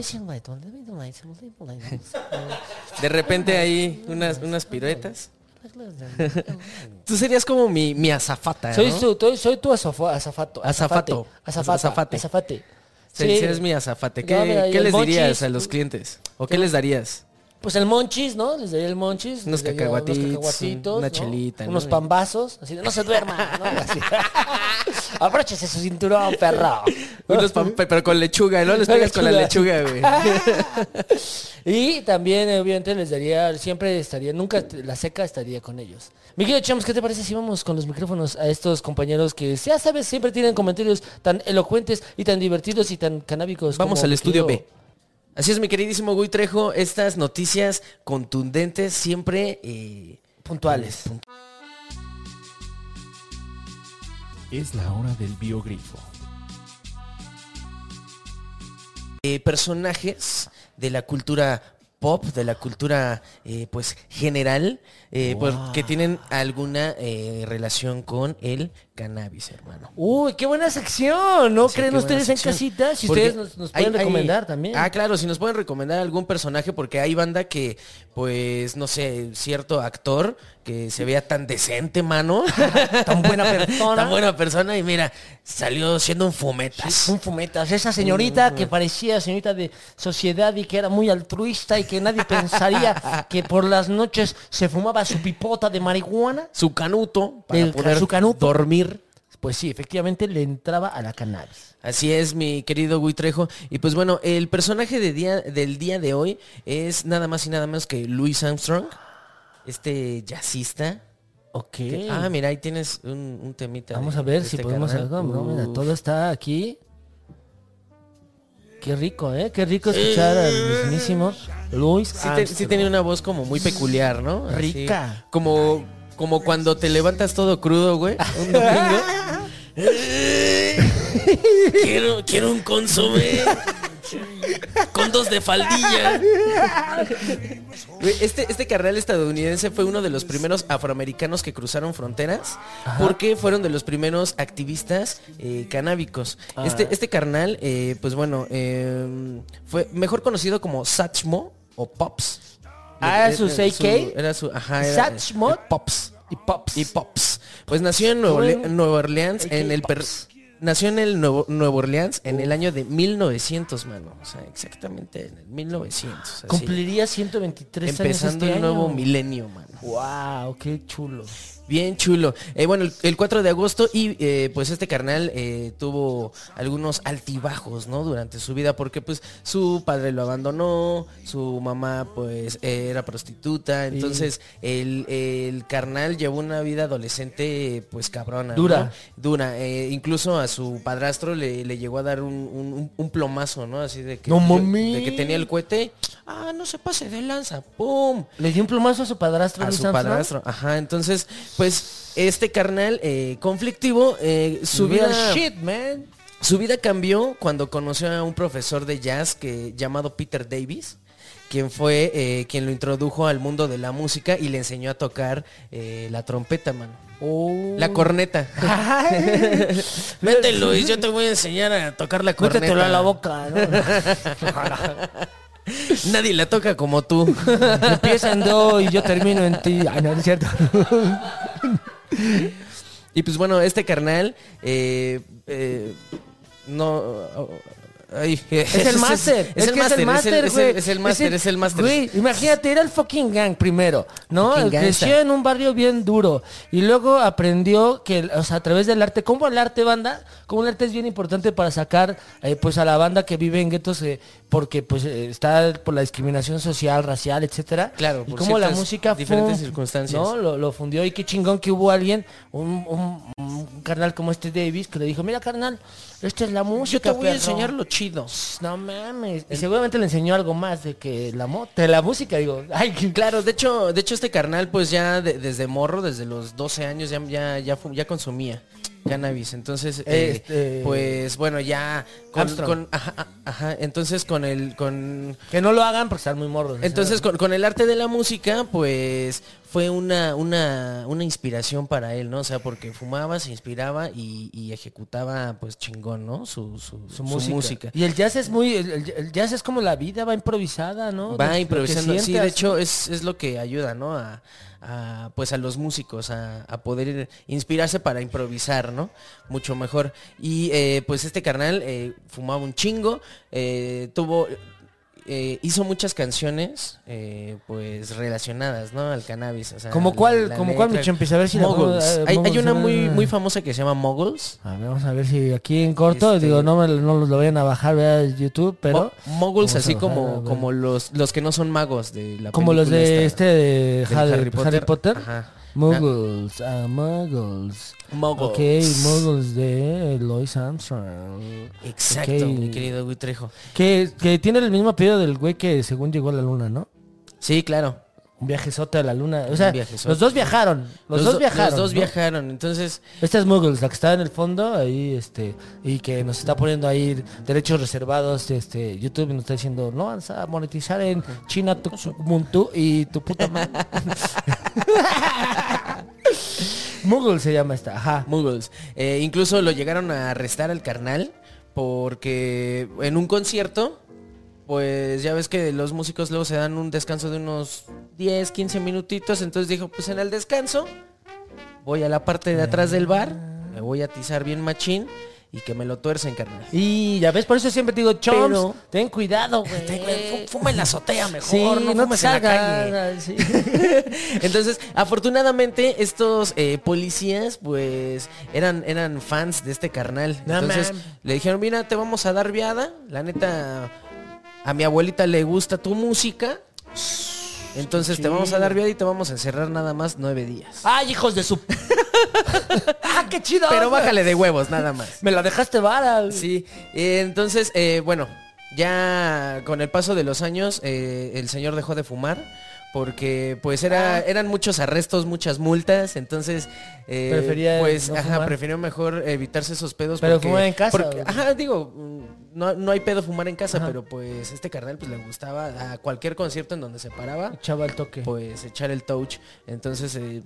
De repente ahí unas, unas piruetas. Tú serías como mi, mi azafata,
Soy,
¿no?
su, soy, soy tu azafa- azafato.
Azafato.
Azafata,
Azafate.
azafate.
Serías
Sí.
mi azafate.
No, mira,
¿Qué,
y
qué
el
les
Monchis.
dirías a los clientes? ¿O qué les darías?
Pues el monchis, ¿no? Les daría el monchis.
Unos
les daría
cacahuatitos, una
¿no?
chelita, ¿no?
Unos pambazos. Así de, no se duerma. ¿no? Así. Abróchese su cinturón, perro.
Unos pam- pe- pero con lechuga, ¿no? Les pegas con la lechuga, güey.
Y también, obviamente, les daría, siempre estaría, nunca te- la seca estaría con ellos. Mi querido Chams, ¿qué te parece si vamos con los micrófonos a estos compañeros que, ya sabes, siempre tienen comentarios tan elocuentes y tan divertidos y tan canábicos?
Vamos
como
al
mi
estudio
querido-
B. Pues Así es, mi queridísimo Gui Trejo. Estas noticias contundentes siempre... eh,
Puntuales.
Es la hora del biogrifo.
eh, personajes de la cultura pop, de la cultura eh, pues general, eh, pues, que tienen alguna eh, relación con el cannabis, hermano.
Uy, qué buena sección, ¿no
Sí,
creen
qué
ustedes
buena
en
sección.
casita? Si
Porque
ustedes nos, nos pueden
hay- hay-
recomendar también.
Ah, claro, si nos pueden recomendar algún personaje, porque hay banda que, pues, no sé, cierto actor que se vea tan decente, mano.
tan buena persona.
tan buena persona y mira, salió siendo un fumetas.
Un fumetas, esa señorita que parecía señorita de sociedad y que era muy altruista y que nadie pensaría que por las noches se fumaba su pipota de marihuana.
Su canuto para
El-
poder
su canuto.
dormir.
Pues sí, efectivamente le entraba a la cannabis.
Así es, mi querido Gui Trejo. Y pues bueno, el personaje de día, del día de hoy es nada más y nada menos que Louis Armstrong, este jazzista.
Ok.
Que- ah, mira, ahí tienes un, un temita.
Vamos
de-
a ver
de
si
este
podemos
carnal. Uh.
algo. No, mira,
Uf.
todo está aquí. Qué rico, ¿eh? Qué rico escuchar al mismísimo Luis.
Sí, te- sí
Armstrong.
tenía una voz como muy peculiar, ¿no? Así,
Rica.
como, como cuando te levantas todo crudo, güey. Un domingo. quiero, quiero un consomé. Con dos de faldilla. Güey, Este, este carnal estadounidense fue uno de los primeros afroamericanos que cruzaron fronteras porque fueron de los primeros activistas eh, canábicos. Este, este carnal, eh, pues bueno, eh, fue mejor conocido como Satchmo o Pops.
Ah,
Eh,
su
eh,
AK.
Era su... Ajá, era-
Satchmo.
eh, Pops.
Y Pops.
Y Pops. Pues nació en Nueva, Orle- en Nueva Orleans
AK
en el... per-
Pops.
Nació en el Nuevo, Nueva Orleans en el año de 1900, mano. O sea, exactamente en el 1900. así.
Cumpliría 123 años.
Empezando
este
el nuevo
año.
milenio, mano.
Wow, qué chulo.
Bien chulo. Eh, bueno, el, el 4 de agosto y eh, pues este carnal eh, tuvo algunos altibajos, ¿no? Durante su vida porque pues su padre lo abandonó, su mamá pues eh, era prostituta, entonces el, el carnal llevó una vida adolescente pues cabrona. ¿no?
Dura.
Dura. Eh, incluso a su padrastro le, le llegó a dar un, un- un plomazo, ¿no? Así de que,
¡No
yo-
mames!
de que tenía el cohete. Ah, no se pase de lanza. ¡Pum!
Le dio un plumazo a su padrastro.
a
Luis
su
Armstrong?
padrastro. Ajá, entonces, pues este carnal eh, conflictivo, eh, su, vida,
Real shit, man.
su vida cambió cuando conoció a un profesor de jazz que, llamado Peter Davis, quien fue eh, quien lo introdujo al mundo de la música y le enseñó a tocar eh, la trompeta, mano.
Oh.
La corneta. Vete Luis, yo te voy a enseñar a tocar la corneta.
Métetelo a la boca. ¿no?
Nadie la toca como tú.
Empieza en do y yo termino en ti. Ay, no, no es cierto.
Y pues bueno, este carnal eh, eh, no Ay,
Es, el máster.
Es, el
que
máster, es el-
máster,
es el-
güey.
es el máster, es el máster.
Güey, imagínate, era el fucking gang primero, ¿no?
Fucking
Creció
gangsta.
en un barrio bien duro. Y luego aprendió que, o sea, a través del arte, como el arte, banda, como el arte es bien importante para sacar, eh, pues, a la banda que vive en guetos, eh, porque, pues, eh, está por la discriminación social, racial, etcétera.
Claro,
y
por
como la
ciertas
música fue-
diferentes circunstancias.
¿no? Lo, lo fundió y qué chingón que hubo alguien, un, un- un carnal como este Davis, que le dijo, mira, carnal, esta es la música,
Yo te voy a
perro".
enseñar lo chido.
No mames. Y seguramente le enseñó algo más de que la mo- de la música, digo. Ay, qué-
Claro, de hecho, de hecho este carnal pues ya de- desde morro, desde los 12 años ya ya ya, fu- ya consumía cannabis. Entonces, eh,
Este-
pues bueno, ya con,
Armstrong.
con- ajá, ajá, ajá. entonces con el con
Que no lo hagan porque están muy morros.
entonces con, con el arte de la música, pues fue una, una, una inspiración para él, ¿no? O sea, porque fumaba, se inspiraba y, y ejecutaba pues chingón, ¿no? Su, su- su música.
Y el jazz es muy, el, el- el jazz es como la vida, va improvisada, ¿no? Lo
Va
que
improvisando. Sí, de
sientas.
hecho es, es lo que ayuda, ¿no? A, a, pues a los músicos a, a poder inspirarse para improvisar, ¿no? Mucho mejor. Y eh, pues este carnal eh, fumaba un chingo, eh, tuvo... eh, hizo muchas canciones eh, pues relacionadas no al cannabis o sea,
¿Como cuál- como cuál, mi
letra-
Chempis? A ver si la puedo-
Moguls.
eh,
hay, hay
Moguls,
una
a ver, a
muy
ver.
muy famosa que se llama Moguls
A ver, vamos a ver si aquí en corto,
Este- Oh,
digo, no, me- no los lo vayan a bajar, vea YouTube, pero...
Mo- Moguls
Vamos a
así
bajar, a
como
ver.
como los los que no son magos de la
Como los
película
de
esta.
este de
del
Harry, Harry
Harry
Potter.
Potter. Ajá.
Muggles, ah, Muggles.
Muggles.
Ok, Muggles de Lois Armstrong.
Exacto,
Ok.
mi querido Guitrejo.
Que, que tiene el mismo apellido del güey que según llegó a la luna, ¿no?
Sí, claro.
Un viaje sota a la luna. O sea,
viajezote.
los dos viajaron. Los, dos
do-
viajaron.
Los dos
¿no?
viajaron. Entonces,
Esta es Muggles, la que está en el fondo, ahí, este, y que nos está poniendo ahí derechos reservados, este, YouTube nos está diciendo, no vas a monetizar en China, tu, Muntú y tu puta madre. Muggles se llama esta, ajá.
Muggles. eh, incluso lo llegaron a arrestar al carnal porque en un concierto, pues ya ves que los músicos luego se dan un descanso de unos 10, 15 minutitos. Entonces dijo, pues en el descanso voy a la parte de atrás del bar, me voy a atizar bien machín y que me lo tuercen, carnal.
Y ya ves, por eso siempre digo, Choms,
Pero-
ten cuidado, güey.
Fú- Fuma en la azotea mejor,
Sí,
no,
no te
fumes en la calle.
salgas. sí.
Entonces, afortunadamente, estos eh, policías, pues, eran, eran fans de este carnal.
No
Entonces,
mames.
le dijeron, mira, te vamos a dar viada. La neta, a mi abuelita le gusta tu música. Entonces, te vamos a dar viada y te vamos a encerrar nada más nueve días.
¡Ay, hijos de su... ¡Ah, qué chido!
Pero
güey!
bájale de huevos, nada más.
Me la dejaste vara. güey.
Sí, eh, entonces, eh, bueno, ya con el paso de los años, eh, el señor dejó de fumar. Porque pues era,
Ah.
eran muchos arrestos, muchas multas, entonces eh,
Prefería
pues
no
ajá,
fumar.
prefirió mejor evitarse esos pedos.
Pero fumar en casa,
porque-
¿o?
ajá, digo, mm, no, no hay pedo fumar en casa, pero pues este carnal pues le gustaba a cualquier concierto en donde se paraba
Echaba el toque.
pues echar el touch. Entonces eh,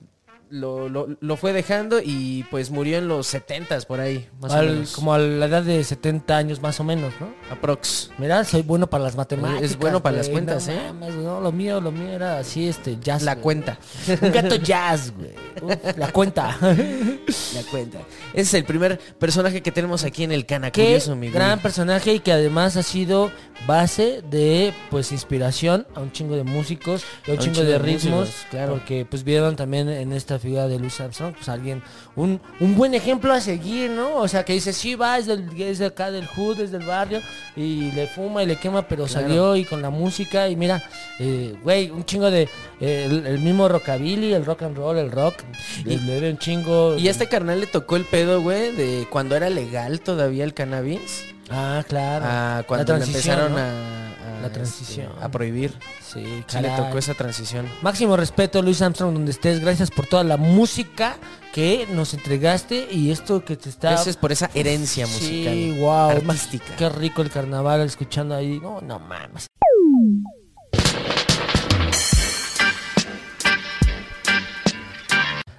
lo, lo- lo fue dejando y pues murió en los 70s por ahí, más
Al-
o menos.
como a la edad de 70 años más o menos, ¿no?
Aprox.
Mira, soy bueno para las matemáticas.
Es bueno para las
güey,
cuentas,
no
¿eh?
mames, no, lo mío, lo mío era así, este, jazz.
La
güey.
cuenta.
Un gato jazz, güey. Uf, la cuenta.
La cuenta. Ese es el primer personaje que tenemos aquí en el Cana
Qué
Curioso, mi güey.
gran personaje y que además ha sido base de, pues, inspiración a un chingo de músicos, y a un, chingo, de ritmos.
músicos, claro.
Porque, pues, vieron también en esta figura de Louis Armstrong, pues, alguien, un, un buen ejemplo a seguir, ¿no? O sea, que dice, sí, va, es, del, es de acá del hood, es del barrio, y le fuma y le quema, pero salió y con la música, y mira, eh, güey, un chingo de, eh, el, el mismo rockabilly, el rock and roll, el rock,
Y-
le, le dio un chingo.
Y a este carnal le tocó el pedo, güey, de cuando era legal todavía el cannabis.
Ah, claro.
A
La
cuando le
transición,
empezaron
¿no?
a, a,
La
este,
transición.
a prohibir.
Sí,
Sí le
caray.
tocó esa transición.
Máximo respeto, Luis Armstrong, donde estés. Gracias por toda la música que nos entregaste y esto que te está...
Gracias por esa herencia musical.
Sí, wow.
Artística.
Qué rico el carnaval escuchando ahí. No, no mames.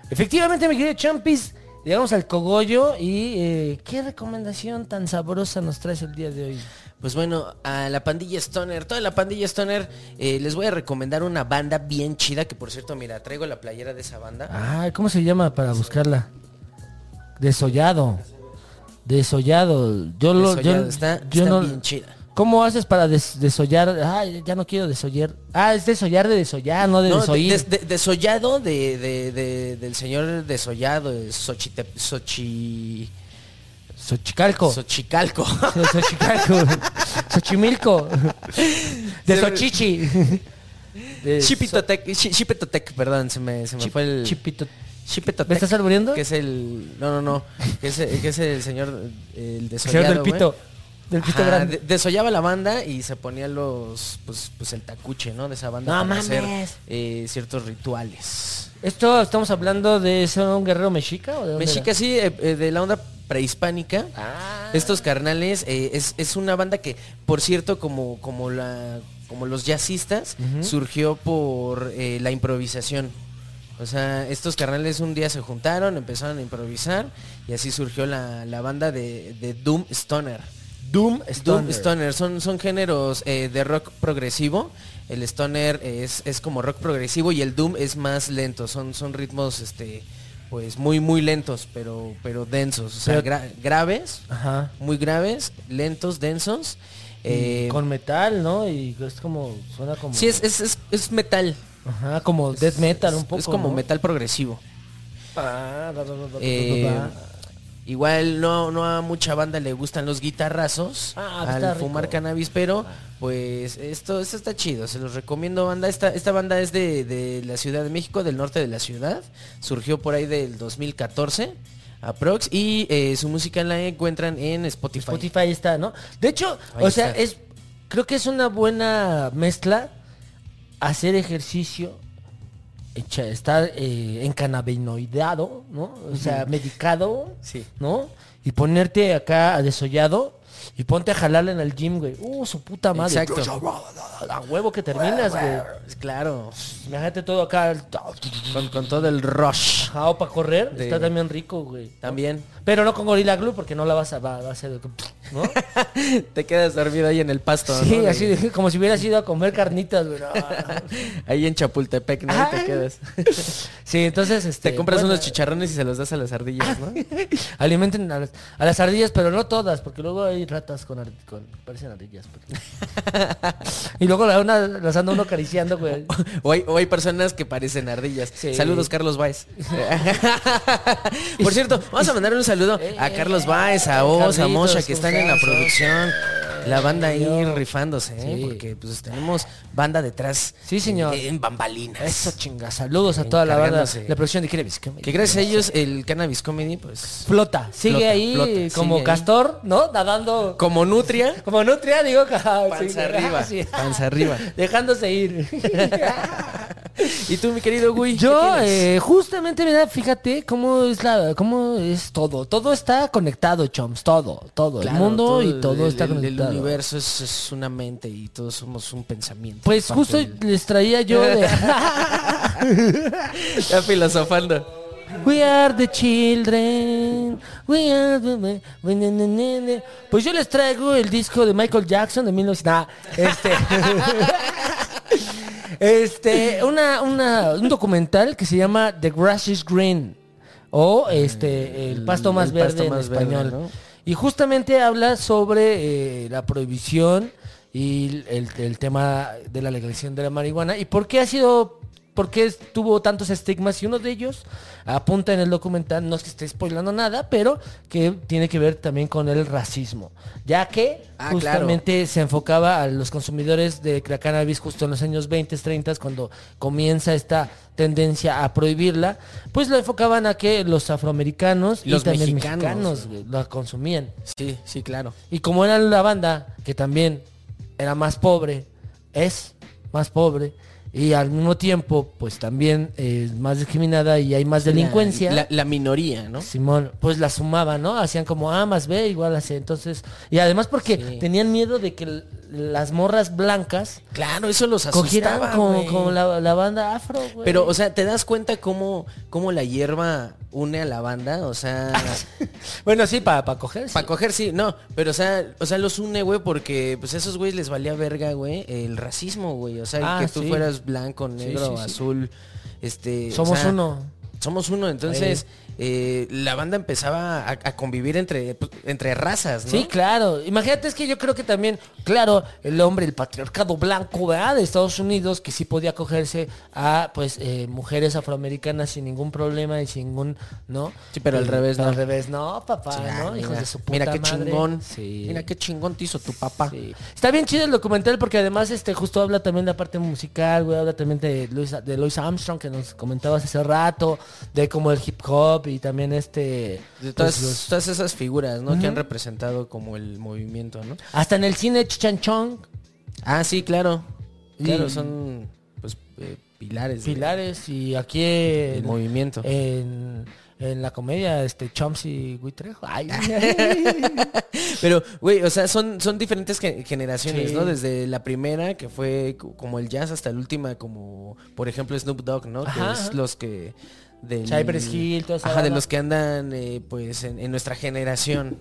Efectivamente, mi querido Champis, llegamos al cogollo y eh, qué recomendación tan sabrosa nos traes el día de hoy.
Pues bueno, a la pandilla Stoner, toda la pandilla Stoner, eh, les voy a recomendar una banda bien chida, que por cierto, mira, traigo la playera de esa banda.
Ah, ¿cómo se llama para buscarla? Desollado. Desollado. Yo lo.
Desollado,
yo,
está-
yo
está
no-
bien chida.
¿Cómo haces para des- desollar? Ah, ya no quiero desollar. Ah, es desollar de desollar, no de
No,
desoír.
des- de- desollado de, de- de- del señor desollado, eh, Xochitep- Xochi-
Xochicalco.
Xochicalco.
Xochicalco. Xochimilco. De Xochichi. De
Chipitotec, Eh, chi- Chipetotec, perdón, se me, se me
Chi-
fue el...
Chipito-
Chipetotec.
¿Me estás albureando?
Que es el... No, no, no. Que es, el- que es el señor eh, el desollado,
Señor del
güey.
pito. Del pito
Ajá,
grande.
de- desollaba la banda y se ponía los... Pues, pues el tacuche, ¿no? De esa banda
No
para hacer
mames.
eh, ciertos rituales.
Esto estamos hablando de ¿es un guerrero mexica o de dónde
Mexica,
era? Ah.
sí, eh, eh, de la onda prehispánica. Estos carnales eh, es, es una banda que, por cierto, como, como, la, como los jazzistas, surgió por eh, la improvisación. O sea, estos carnales un día se juntaron, empezaron a improvisar y así surgió la, la banda de, de Doom Stoner.
Doom
Doom Stoner son, son géneros eh, de rock progresivo. El Stoner es, es como rock progresivo y el Doom es más lento. Son, son ritmos este, pues muy, muy lentos, pero, pero densos. O sea,
Pero-
gra- graves,
Ajá.
muy graves, lentos, densos. Eh,
Con metal, ¿no? Y es como, suena como...
Sí, es, es, es, es metal.
Ajá, como death metal
Es-
un poco,
Es como
¿no?
metal progresivo.
Ah, da, da, da, da,
Eh,
da, da.
igual no, no a mucha banda le gustan los guitarrazos
Ah, pues está
al
rico.
fumar cannabis, pero pues esto, esto está chido, se los recomiendo banda. Esta, esta banda es de, de la Ciudad de México, del norte de la ciudad, surgió por ahí del 2014 aprox y eh, su música la encuentran en Spotify.
Spotify está, ¿no? De hecho,
Ahí
o sea,
está.
es creo que es una buena mezcla hacer ejercicio, echa- estar eh, encannabinoidado, ¿no? O sea, medicado,
Sí.
¿no? Y ponerte acá a desollado y ponte a jalarle en el gym, güey. Uh, su puta madre.
Exacto.
A huevo que terminas, güey.
Claro,
Imagínate todo acá.
con, con todo el rush
Jao para correr.
De-
Está también rico, güey.
también.
Pero no con Gorilla Glue porque no la vas a, va, va a hacer, ¿no?
Te quedas dormido ahí en el pasto.
Sí,
¿no?
así de- como si hubieras ido a comer carnitas, güey. No.
Ahí en Chapultepec, ¿no? Ahí
Ay.
Te quedas.
Sí, entonces este.
Te compras
bueno,
unos chicharrones y se los das a las ardillas, ¿no?
Alimenten a las, a las ardillas, pero no todas, porque luego hay ratas con, ar- con parecen ardillas. pero- y luego la una, las anda uno acariciando, güey.
O hay, o hay personas que parecen ardillas.
Sí.
Saludos, Carlos Baez. Por cierto, vamos a mandar un saludo a Carlos Baez, a Oz, a
Eh, Carlitos,
Mosha, que están en la
Carlitos.
producción. La banda ahí
Señor.
rifándose, ¿eh?
Sí.
porque pues tenemos banda detrás.
Sí, señor.
En, en bambalinas.
Eso chinga. Saludos a toda la banda.
Encargándose.
La producción de Kirevis.
Que gracias a ellos el Cannabis Comedy, pues...
Flota. Sigue
Flota,
ahí
flota,
como
sigue ahí.
castor, ¿no? Nadando.
Como Nutria,
Como nutria, digo.
panza arriba. Panza arriba.
Dejándose ir.
¿Y tú, mi querido Gui? qué
Yo,
tienes?
eh, justamente, mira, fíjate cómo es la, cómo es todo. Todo está conectado, chomps, todo, todo.
Claro,
el mundo y
el-
todo
el-
está
el-
conectado.
El universo es, es una mente y todos somos un pensamiento.
Pues
Parte
justo
del-
les traía yo de
Ya filosofando.
We are the children. We are the- we- ne- ne- ne- ne. Pues yo les traigo el disco de Michael Jackson de 1900. Nah, este. este, una, una, un documental que se llama The Grass is Green. O este, el pasto más
el
verde
pasto
en
más verde,
español.
¿no?
Y justamente habla sobre eh, la prohibición y el, el tema de la legalización de la marihuana y por qué ha sido, por qué tuvo tantos estigmas y uno de ellos apunta en el documental, no es que esté spoilando nada, pero que tiene que ver también con el racismo, ya que
Ah, claro.
justamente se enfocaba a los consumidores de la cannabis justo en los años 20, 30, cuando comienza esta tendencia a prohibirla, pues lo enfocaban a que los afroamericanos y
Los
también
mexicanos,
mexicanos güey, la consumían.
Sí, sí, claro.
Y como era la banda que también era más pobre, es más pobre, y al mismo tiempo, pues también es más discriminada y hay más delincuencia.
La, la minoría, ¿no?
Simón, pues la sumaban, ¿no? Hacían como A más B igual a C. Entonces, y además porque
Sí.
tenían miedo de que l- las morras blancas
Claro, eso los asustaba.
cogieran con,
güey.
con la, la banda afro, güey.
Pero, o sea, ¿te das cuenta cómo, cómo la hierba une a la banda? O sea,
bueno, sí, para coger. sí.
para coger sí, no, pero o sea, o sea, los une, güey, porque pues a esos güeyes les valía verga, güey, el racismo, güey. O sea, el
Ah,
que tú
sí.
fueras blanco, negro,
sí, sí.
azul, este. o
Somos
sea,
uno.
Somos uno, entonces eh, la banda empezaba a, a convivir entre, pues, entre razas, ¿no?
Sí, claro. Imagínate, es que yo creo que también, claro, el hombre, el patriarcado blanco, ¿verdad? De Estados Unidos, que sí podía acogerse a, pues, eh, mujeres afroamericanas sin ningún problema y sin ningún, ¿no?
Sí, pero al
Eh,
revés,
Al
no.
revés, no, papá,
Ah,
¿no? Hijos
mira,
de su puta
Mira qué
madre.
chingón.
Sí.
Mira qué chingón te hizo tu papá.
Sí. Está bien chido el documental porque además este justo habla también de la parte musical, güey, habla también de Louis, de Louis Armstrong que nos comentabas hace rato, de como el hip hop y también este
De todas,
pues, los-
todas esas figuras, ¿no? Que han representado como el movimiento, ¿no?
hasta en el cine Chichan Chong,
Ah, sí, claro. Claro,
Y-
son pues eh, pilares. de-
Pilares y aquí
del
en,
movimiento.
en, en la comedia este Chomsy Guitrejo. Ay,
Pero, güey, o sea, son, son diferentes ge- generaciones,
Sí.
¿no? Desde la primera, que fue co- como el jazz, hasta la última, como, por ejemplo, Snoop Dogg, ¿no?
Ajá,
que es
ajá.
los que... Del,
Cypress Hill, toda esa
Ajá, de
banda.
los que andan, eh, pues, en, en nuestra generación,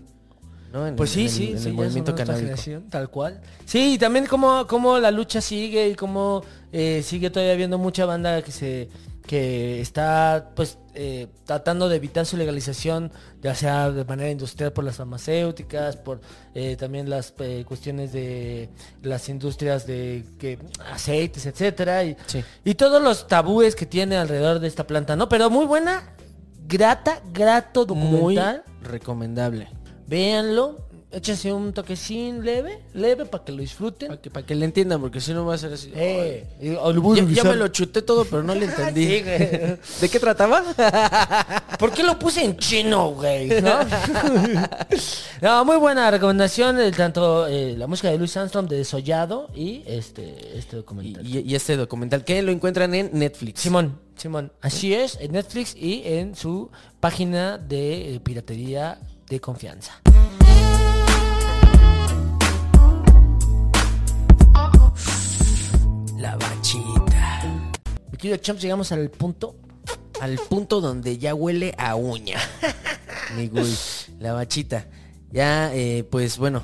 ¿no? En
Pues
el- en
sí,
el-
sí,
en
sí,
el
ya
movimiento
son otra
canábico.
generación, tal cual. Sí, y también cómo, cómo la lucha sigue y cómo eh, sigue todavía habiendo mucha banda que se que está pues eh, tratando de evitar su legalización, ya sea de manera industrial por las farmacéuticas, por eh, también las eh, cuestiones de las industrias de que, aceites, etcétera, y,
Sí.
y todos los tabúes que tiene alrededor de esta planta, ¿no? Pero muy buena, grata, grato
Muy
documental.
recomendable.
Véanlo, échense un toquecín leve, leve para que lo disfruten.
Para que, para que le entiendan, porque si no va a ser así.
Eh, y-
"Ay,
o-
ya, ya me lo chuté todo, pero no le entendí.
Sí, güey.
¿De qué trataba?
¿Por qué lo puse en chino, güey? ¿No? No, muy buena recomendación, eh, tanto eh, la música de Luis Armstrong de Desollado y este, este
y,
documental.
y- y este documental, que lo encuentran en Netflix.
Simón, Simón, así es, en Netflix y en su página de eh, piratería de confianza.
La bachita.
Mi querido Champs, llegamos al punto.
Al punto donde ya huele a uña. Mi güey, La bachita. Ya, eh, pues bueno.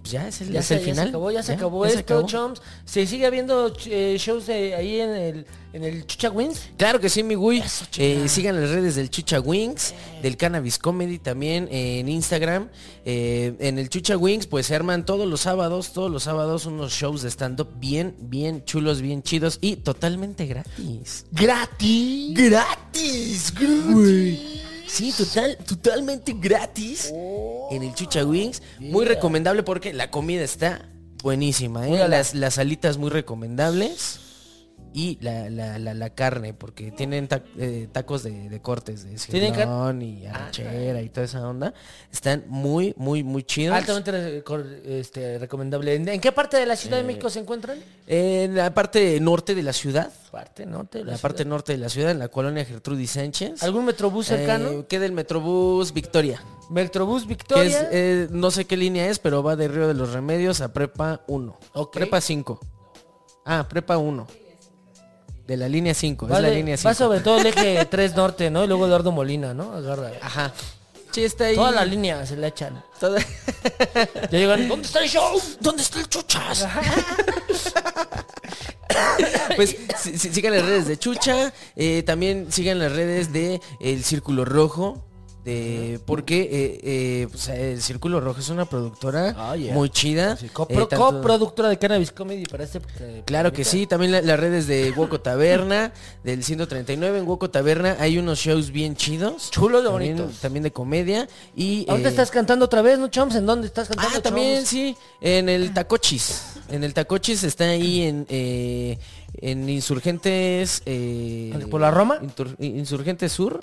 pues Ya es el,
Ya,
es
se,
el
ya
final.
se acabó, ya se acabó
ya se
esto,
acabó.
Chomps. Se sigue habiendo ch- eh, shows de ahí en el, en el Chucha Wins.
Claro que sí, mi güey.
Eso, chingada.
Eh, sigan las redes del Chucha Wings, del Cannabis Comedy también eh, en Instagram. Eh, en el Chucha Wings pues se arman todos los sábados, todos los sábados unos shows de stand-up bien, bien chulos, bien chidos y totalmente gratis.
¡Gratis!
¡Gratis! ¡Gratis! Sí, total, totalmente gratis
Oh,
en el Chucha Wings. Muy recomendable porque la comida está buenísima. ¿eh? Las, las alitas muy recomendables. Y la, la- la- la carne, porque tienen ta- eh, tacos de, de cortes, de
¿Tienen car- Ah,
cirlón y arrachera y toda esa onda. Están muy, muy, muy chidos.
Altamente re- cor- este, recomendable. ¿En, en qué parte de la Ciudad
Eh,
de México se encuentran?
En la parte norte de la ciudad,
Parte norte. de
la,
la
parte
ciudad.
norte de la ciudad, en la colonia Gertrudis Sánchez.
¿Algún metrobús cercano?
Eh, queda el Metrobús Victoria.
metrobús
Que es,
Victoria.
eh, no sé qué línea es, pero va de Río de los Remedios a Prepa 1.
Ok.
Prepa 5. Ah, Prepa 1. De la línea 5.
va,
es la
de-
línea
va
5.
sobre todo el eje 3 norte, ¿no? Y luego Eduardo Molina, ¿no? Agarra.
Ajá. Ah, Sí, está ahí.
Toda la línea se la echan.
Toda-
Ya llegan, ¿dónde está el show?
¿Dónde está el chuchas? pues sí- sí- sigan las redes de Chucha. eh, también sigan las redes de El Círculo Rojo. De, porque eh, eh, pues, El Círculo Rojo es una productora
Ah, yeah.
muy chida.
Sí,
eh,
copro-
tanto-
coproductora de Cannabis Comedy para este... eh,
Claro que
planeta.
sí, también la- las redes de Hueco Taberna, del 139 en Hueco Taberna hay unos shows bien chidos.
Chulos de
también-
bonitos.
También de comedia. Y,
¿Dónde
eh,
estás cantando otra vez, no, Chomps? ¿En dónde estás
Ah,
cantando,
también
Chomps?
sí, en el Tacochis. En el Tacochis está ahí en, eh, en Insurgentes... eh,
¿Por la Roma?
Intur- Insurgentes Sur.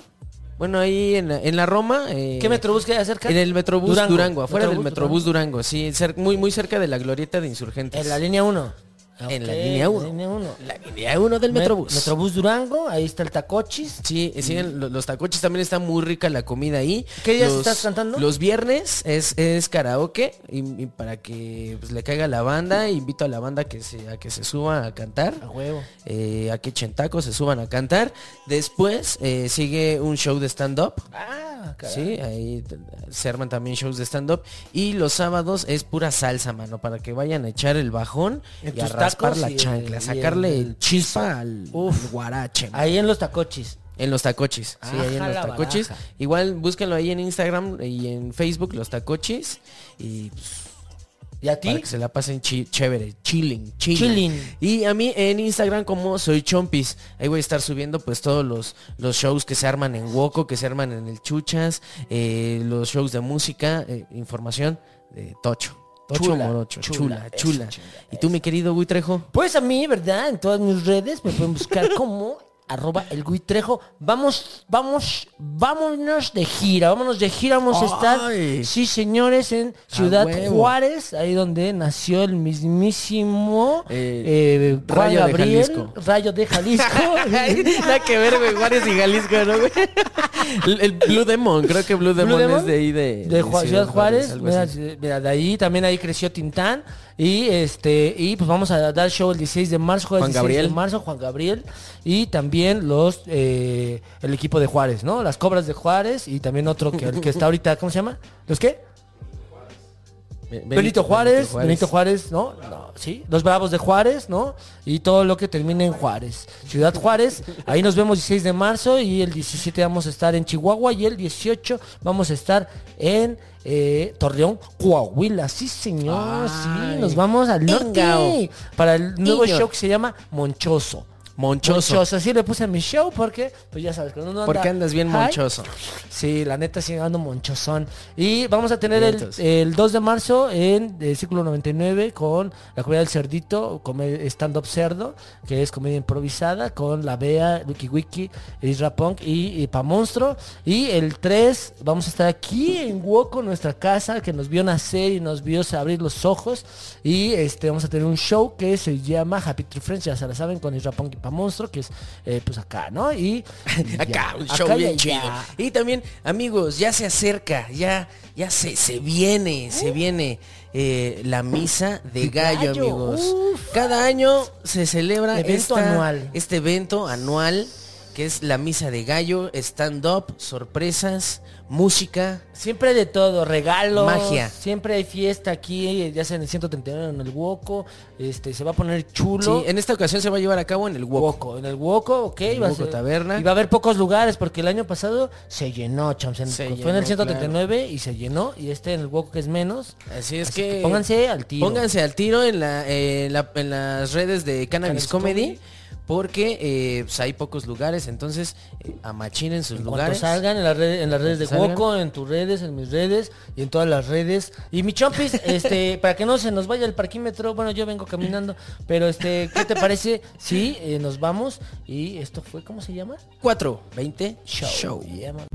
Bueno, ahí en la, en la Roma. eh,
¿Qué metrobús queda cerca?
En el Metrobús Durango, afuera del Metrobús
Durango.
Durango, sí, cer- muy, muy cerca de la glorieta de Insurgentes.
En la línea 1.
En la línea uno.
En la línea 1.
La línea uno del Metrobús.
Metrobús Durango, ahí está el Tacochis.
Sí, eh, sí, en lo- los tacoches también está muy rica la comida ahí.
Mm. ¿Qué días
Los-
estás cantando?
Los viernes es, es karaoke y, y para que pues, le caiga la banda, invito a la banda que se, a que se suba a cantar.
A huevo.
eh, a que echen tacos, se suban a cantar. Después eh, sigue un show de stand-up.
Ah,
Sí, ahí t- se arman también shows de stand-up. Y los sábados es pura salsa, mano, para que vayan a echar el bajón
En
y a
tus
raspar
tacos
la
y-
chancla,
y
sacarle
el-
chispa al,
Uf.
al guarache. mano.
Ahí en los Tacochis.
En los tacochis. Sí, ahí en
Ajá,
los
la
tacochis.
baraja.
Igual búsquenlo ahí en Instagram y en Facebook, los tacochis. Y pues,
¿Y a
para
ti?
que se la pasen chi- chévere. Chilling, chilling.
Chilling.
Y a mí en Instagram como soy Chompis. Ahí voy a estar subiendo pues todos los, los shows que se arman en Woco, que se arman en el Chuchas, eh, los shows de música, eh, información de Tocho. Tocho
Chula,
Morocho.
chula,
Chula, chula.
eso, chula,
y tú, mi querido Gui Trejo.
Pues a mí, ¿verdad? En todas mis redes me pueden buscar como arroba el Gui Trejo. Vamos, vamos, vámonos de gira. Vámonos de gira. Vamos a estar,
¡Ay!
sí, señores, en Ciudad
huevo.
Juárez, ahí donde nació el mismísimo
Eh,
eh, Juan
Rayo de
Gabriel,
Jalisco.
Rayo de Jalisco.
Nada que ver, güey, Juárez y Jalisco, ¿no, güey? El, el Blue Demon, creo que Blue Demon,
Demon?
es de ahí de,
de,
de
Ju- Ciudad Juárez,
algo
mira,
así.
eh, mira, de ahí también ahí creció Tintán y este y pues vamos a dar show el 16 de marzo, jueves
Juan
16
Gabriel.
de marzo, Juan Gabriel y también los eh, el equipo de Juárez, ¿no? Las Cobras de Juárez y también otro que el que está ahorita, ¿cómo se llama? ¿Los qué?
Be-
Benito, Juárez, Benito Juárez, ¿no? No, sí, los Bravos de Juárez, ¿no? Y todo lo que termine en Juárez. Ciudad Juárez, ahí nos vemos 16 de marzo y el 17 vamos a estar en Chihuahua y el 18 vamos a estar en eh, Torreón, Coahuila. Sí, señor, sí, nos vamos al norte
Ingao.
para el nuevo
Niño.
show que se llama Monchoso.
Monchoso.
Así le puse a mi show porque, pues ya sabes, cuando uno anda...
Porque andas bien
high,
monchoso.
Sí, la neta sí ando monchosón. Y vamos a tener el,
Vientos.
el 2 de marzo en el Círculo 99 con la comedia del cerdito, come- stand-up cerdo, que es comedia improvisada, con la Bea, Wiki Wiki, Isra Punk y, y Pa Monstro. Y el 3 vamos a estar aquí en Woco, nuestra casa, que nos vio nacer y nos vio abrir los ojos. Y este vamos a tener un show que se llama Happy Tree Friends, ya se la saben, con Isra Punk y Pa Monstro, que es eh, pues acá, ¿no? Y y
Acá,
ya.
un show
Acá y
bien
allá.
chido. Y también, amigos, ya se acerca, ya, ya se, se viene, se viene eh, la misa de gallo,
Uh. gallo,
amigos.
uf.
Cada año se celebra
Evento
esta-
anual.
este evento anual, que es la misa de gallo, stand-up, sorpresas, música.
Siempre hay de todo, regalos.
Magia.
Siempre hay fiesta aquí, ya sea en el 139 en el Woco. Este, se va a poner chulo.
Sí, en esta ocasión se va a llevar a cabo en el Wok.
Woco, en el Woco, ok.
En el
va a
Woco
ser-
Taberna.
Y va a haber pocos lugares porque el año pasado se llenó, chams. en-
Se
fue en
llenó,
el 139 y se llenó. Y este en el Woco que es menos.
Así es
Así
que,
que pónganse al tiro.
Pónganse al tiro en, la, eh, la- en las redes de Cannabis,
Cannabis
Comedy.
Comedy.
Porque eh, pues, hay pocos lugares, entonces eh, amachinen sus
En cuanto
lugares.
salgan en, las redes- en las redes de
salgan.
Woco, en tus redes, en mis redes y en todas las redes. Y mi chompis, este, para que no se nos vaya el parquímetro, bueno, yo vengo caminando, pero este, ¿qué te parece? Sí, eh, nos vamos y esto fue, ¿cómo se llama?
4, 20, show.
Yeah, man.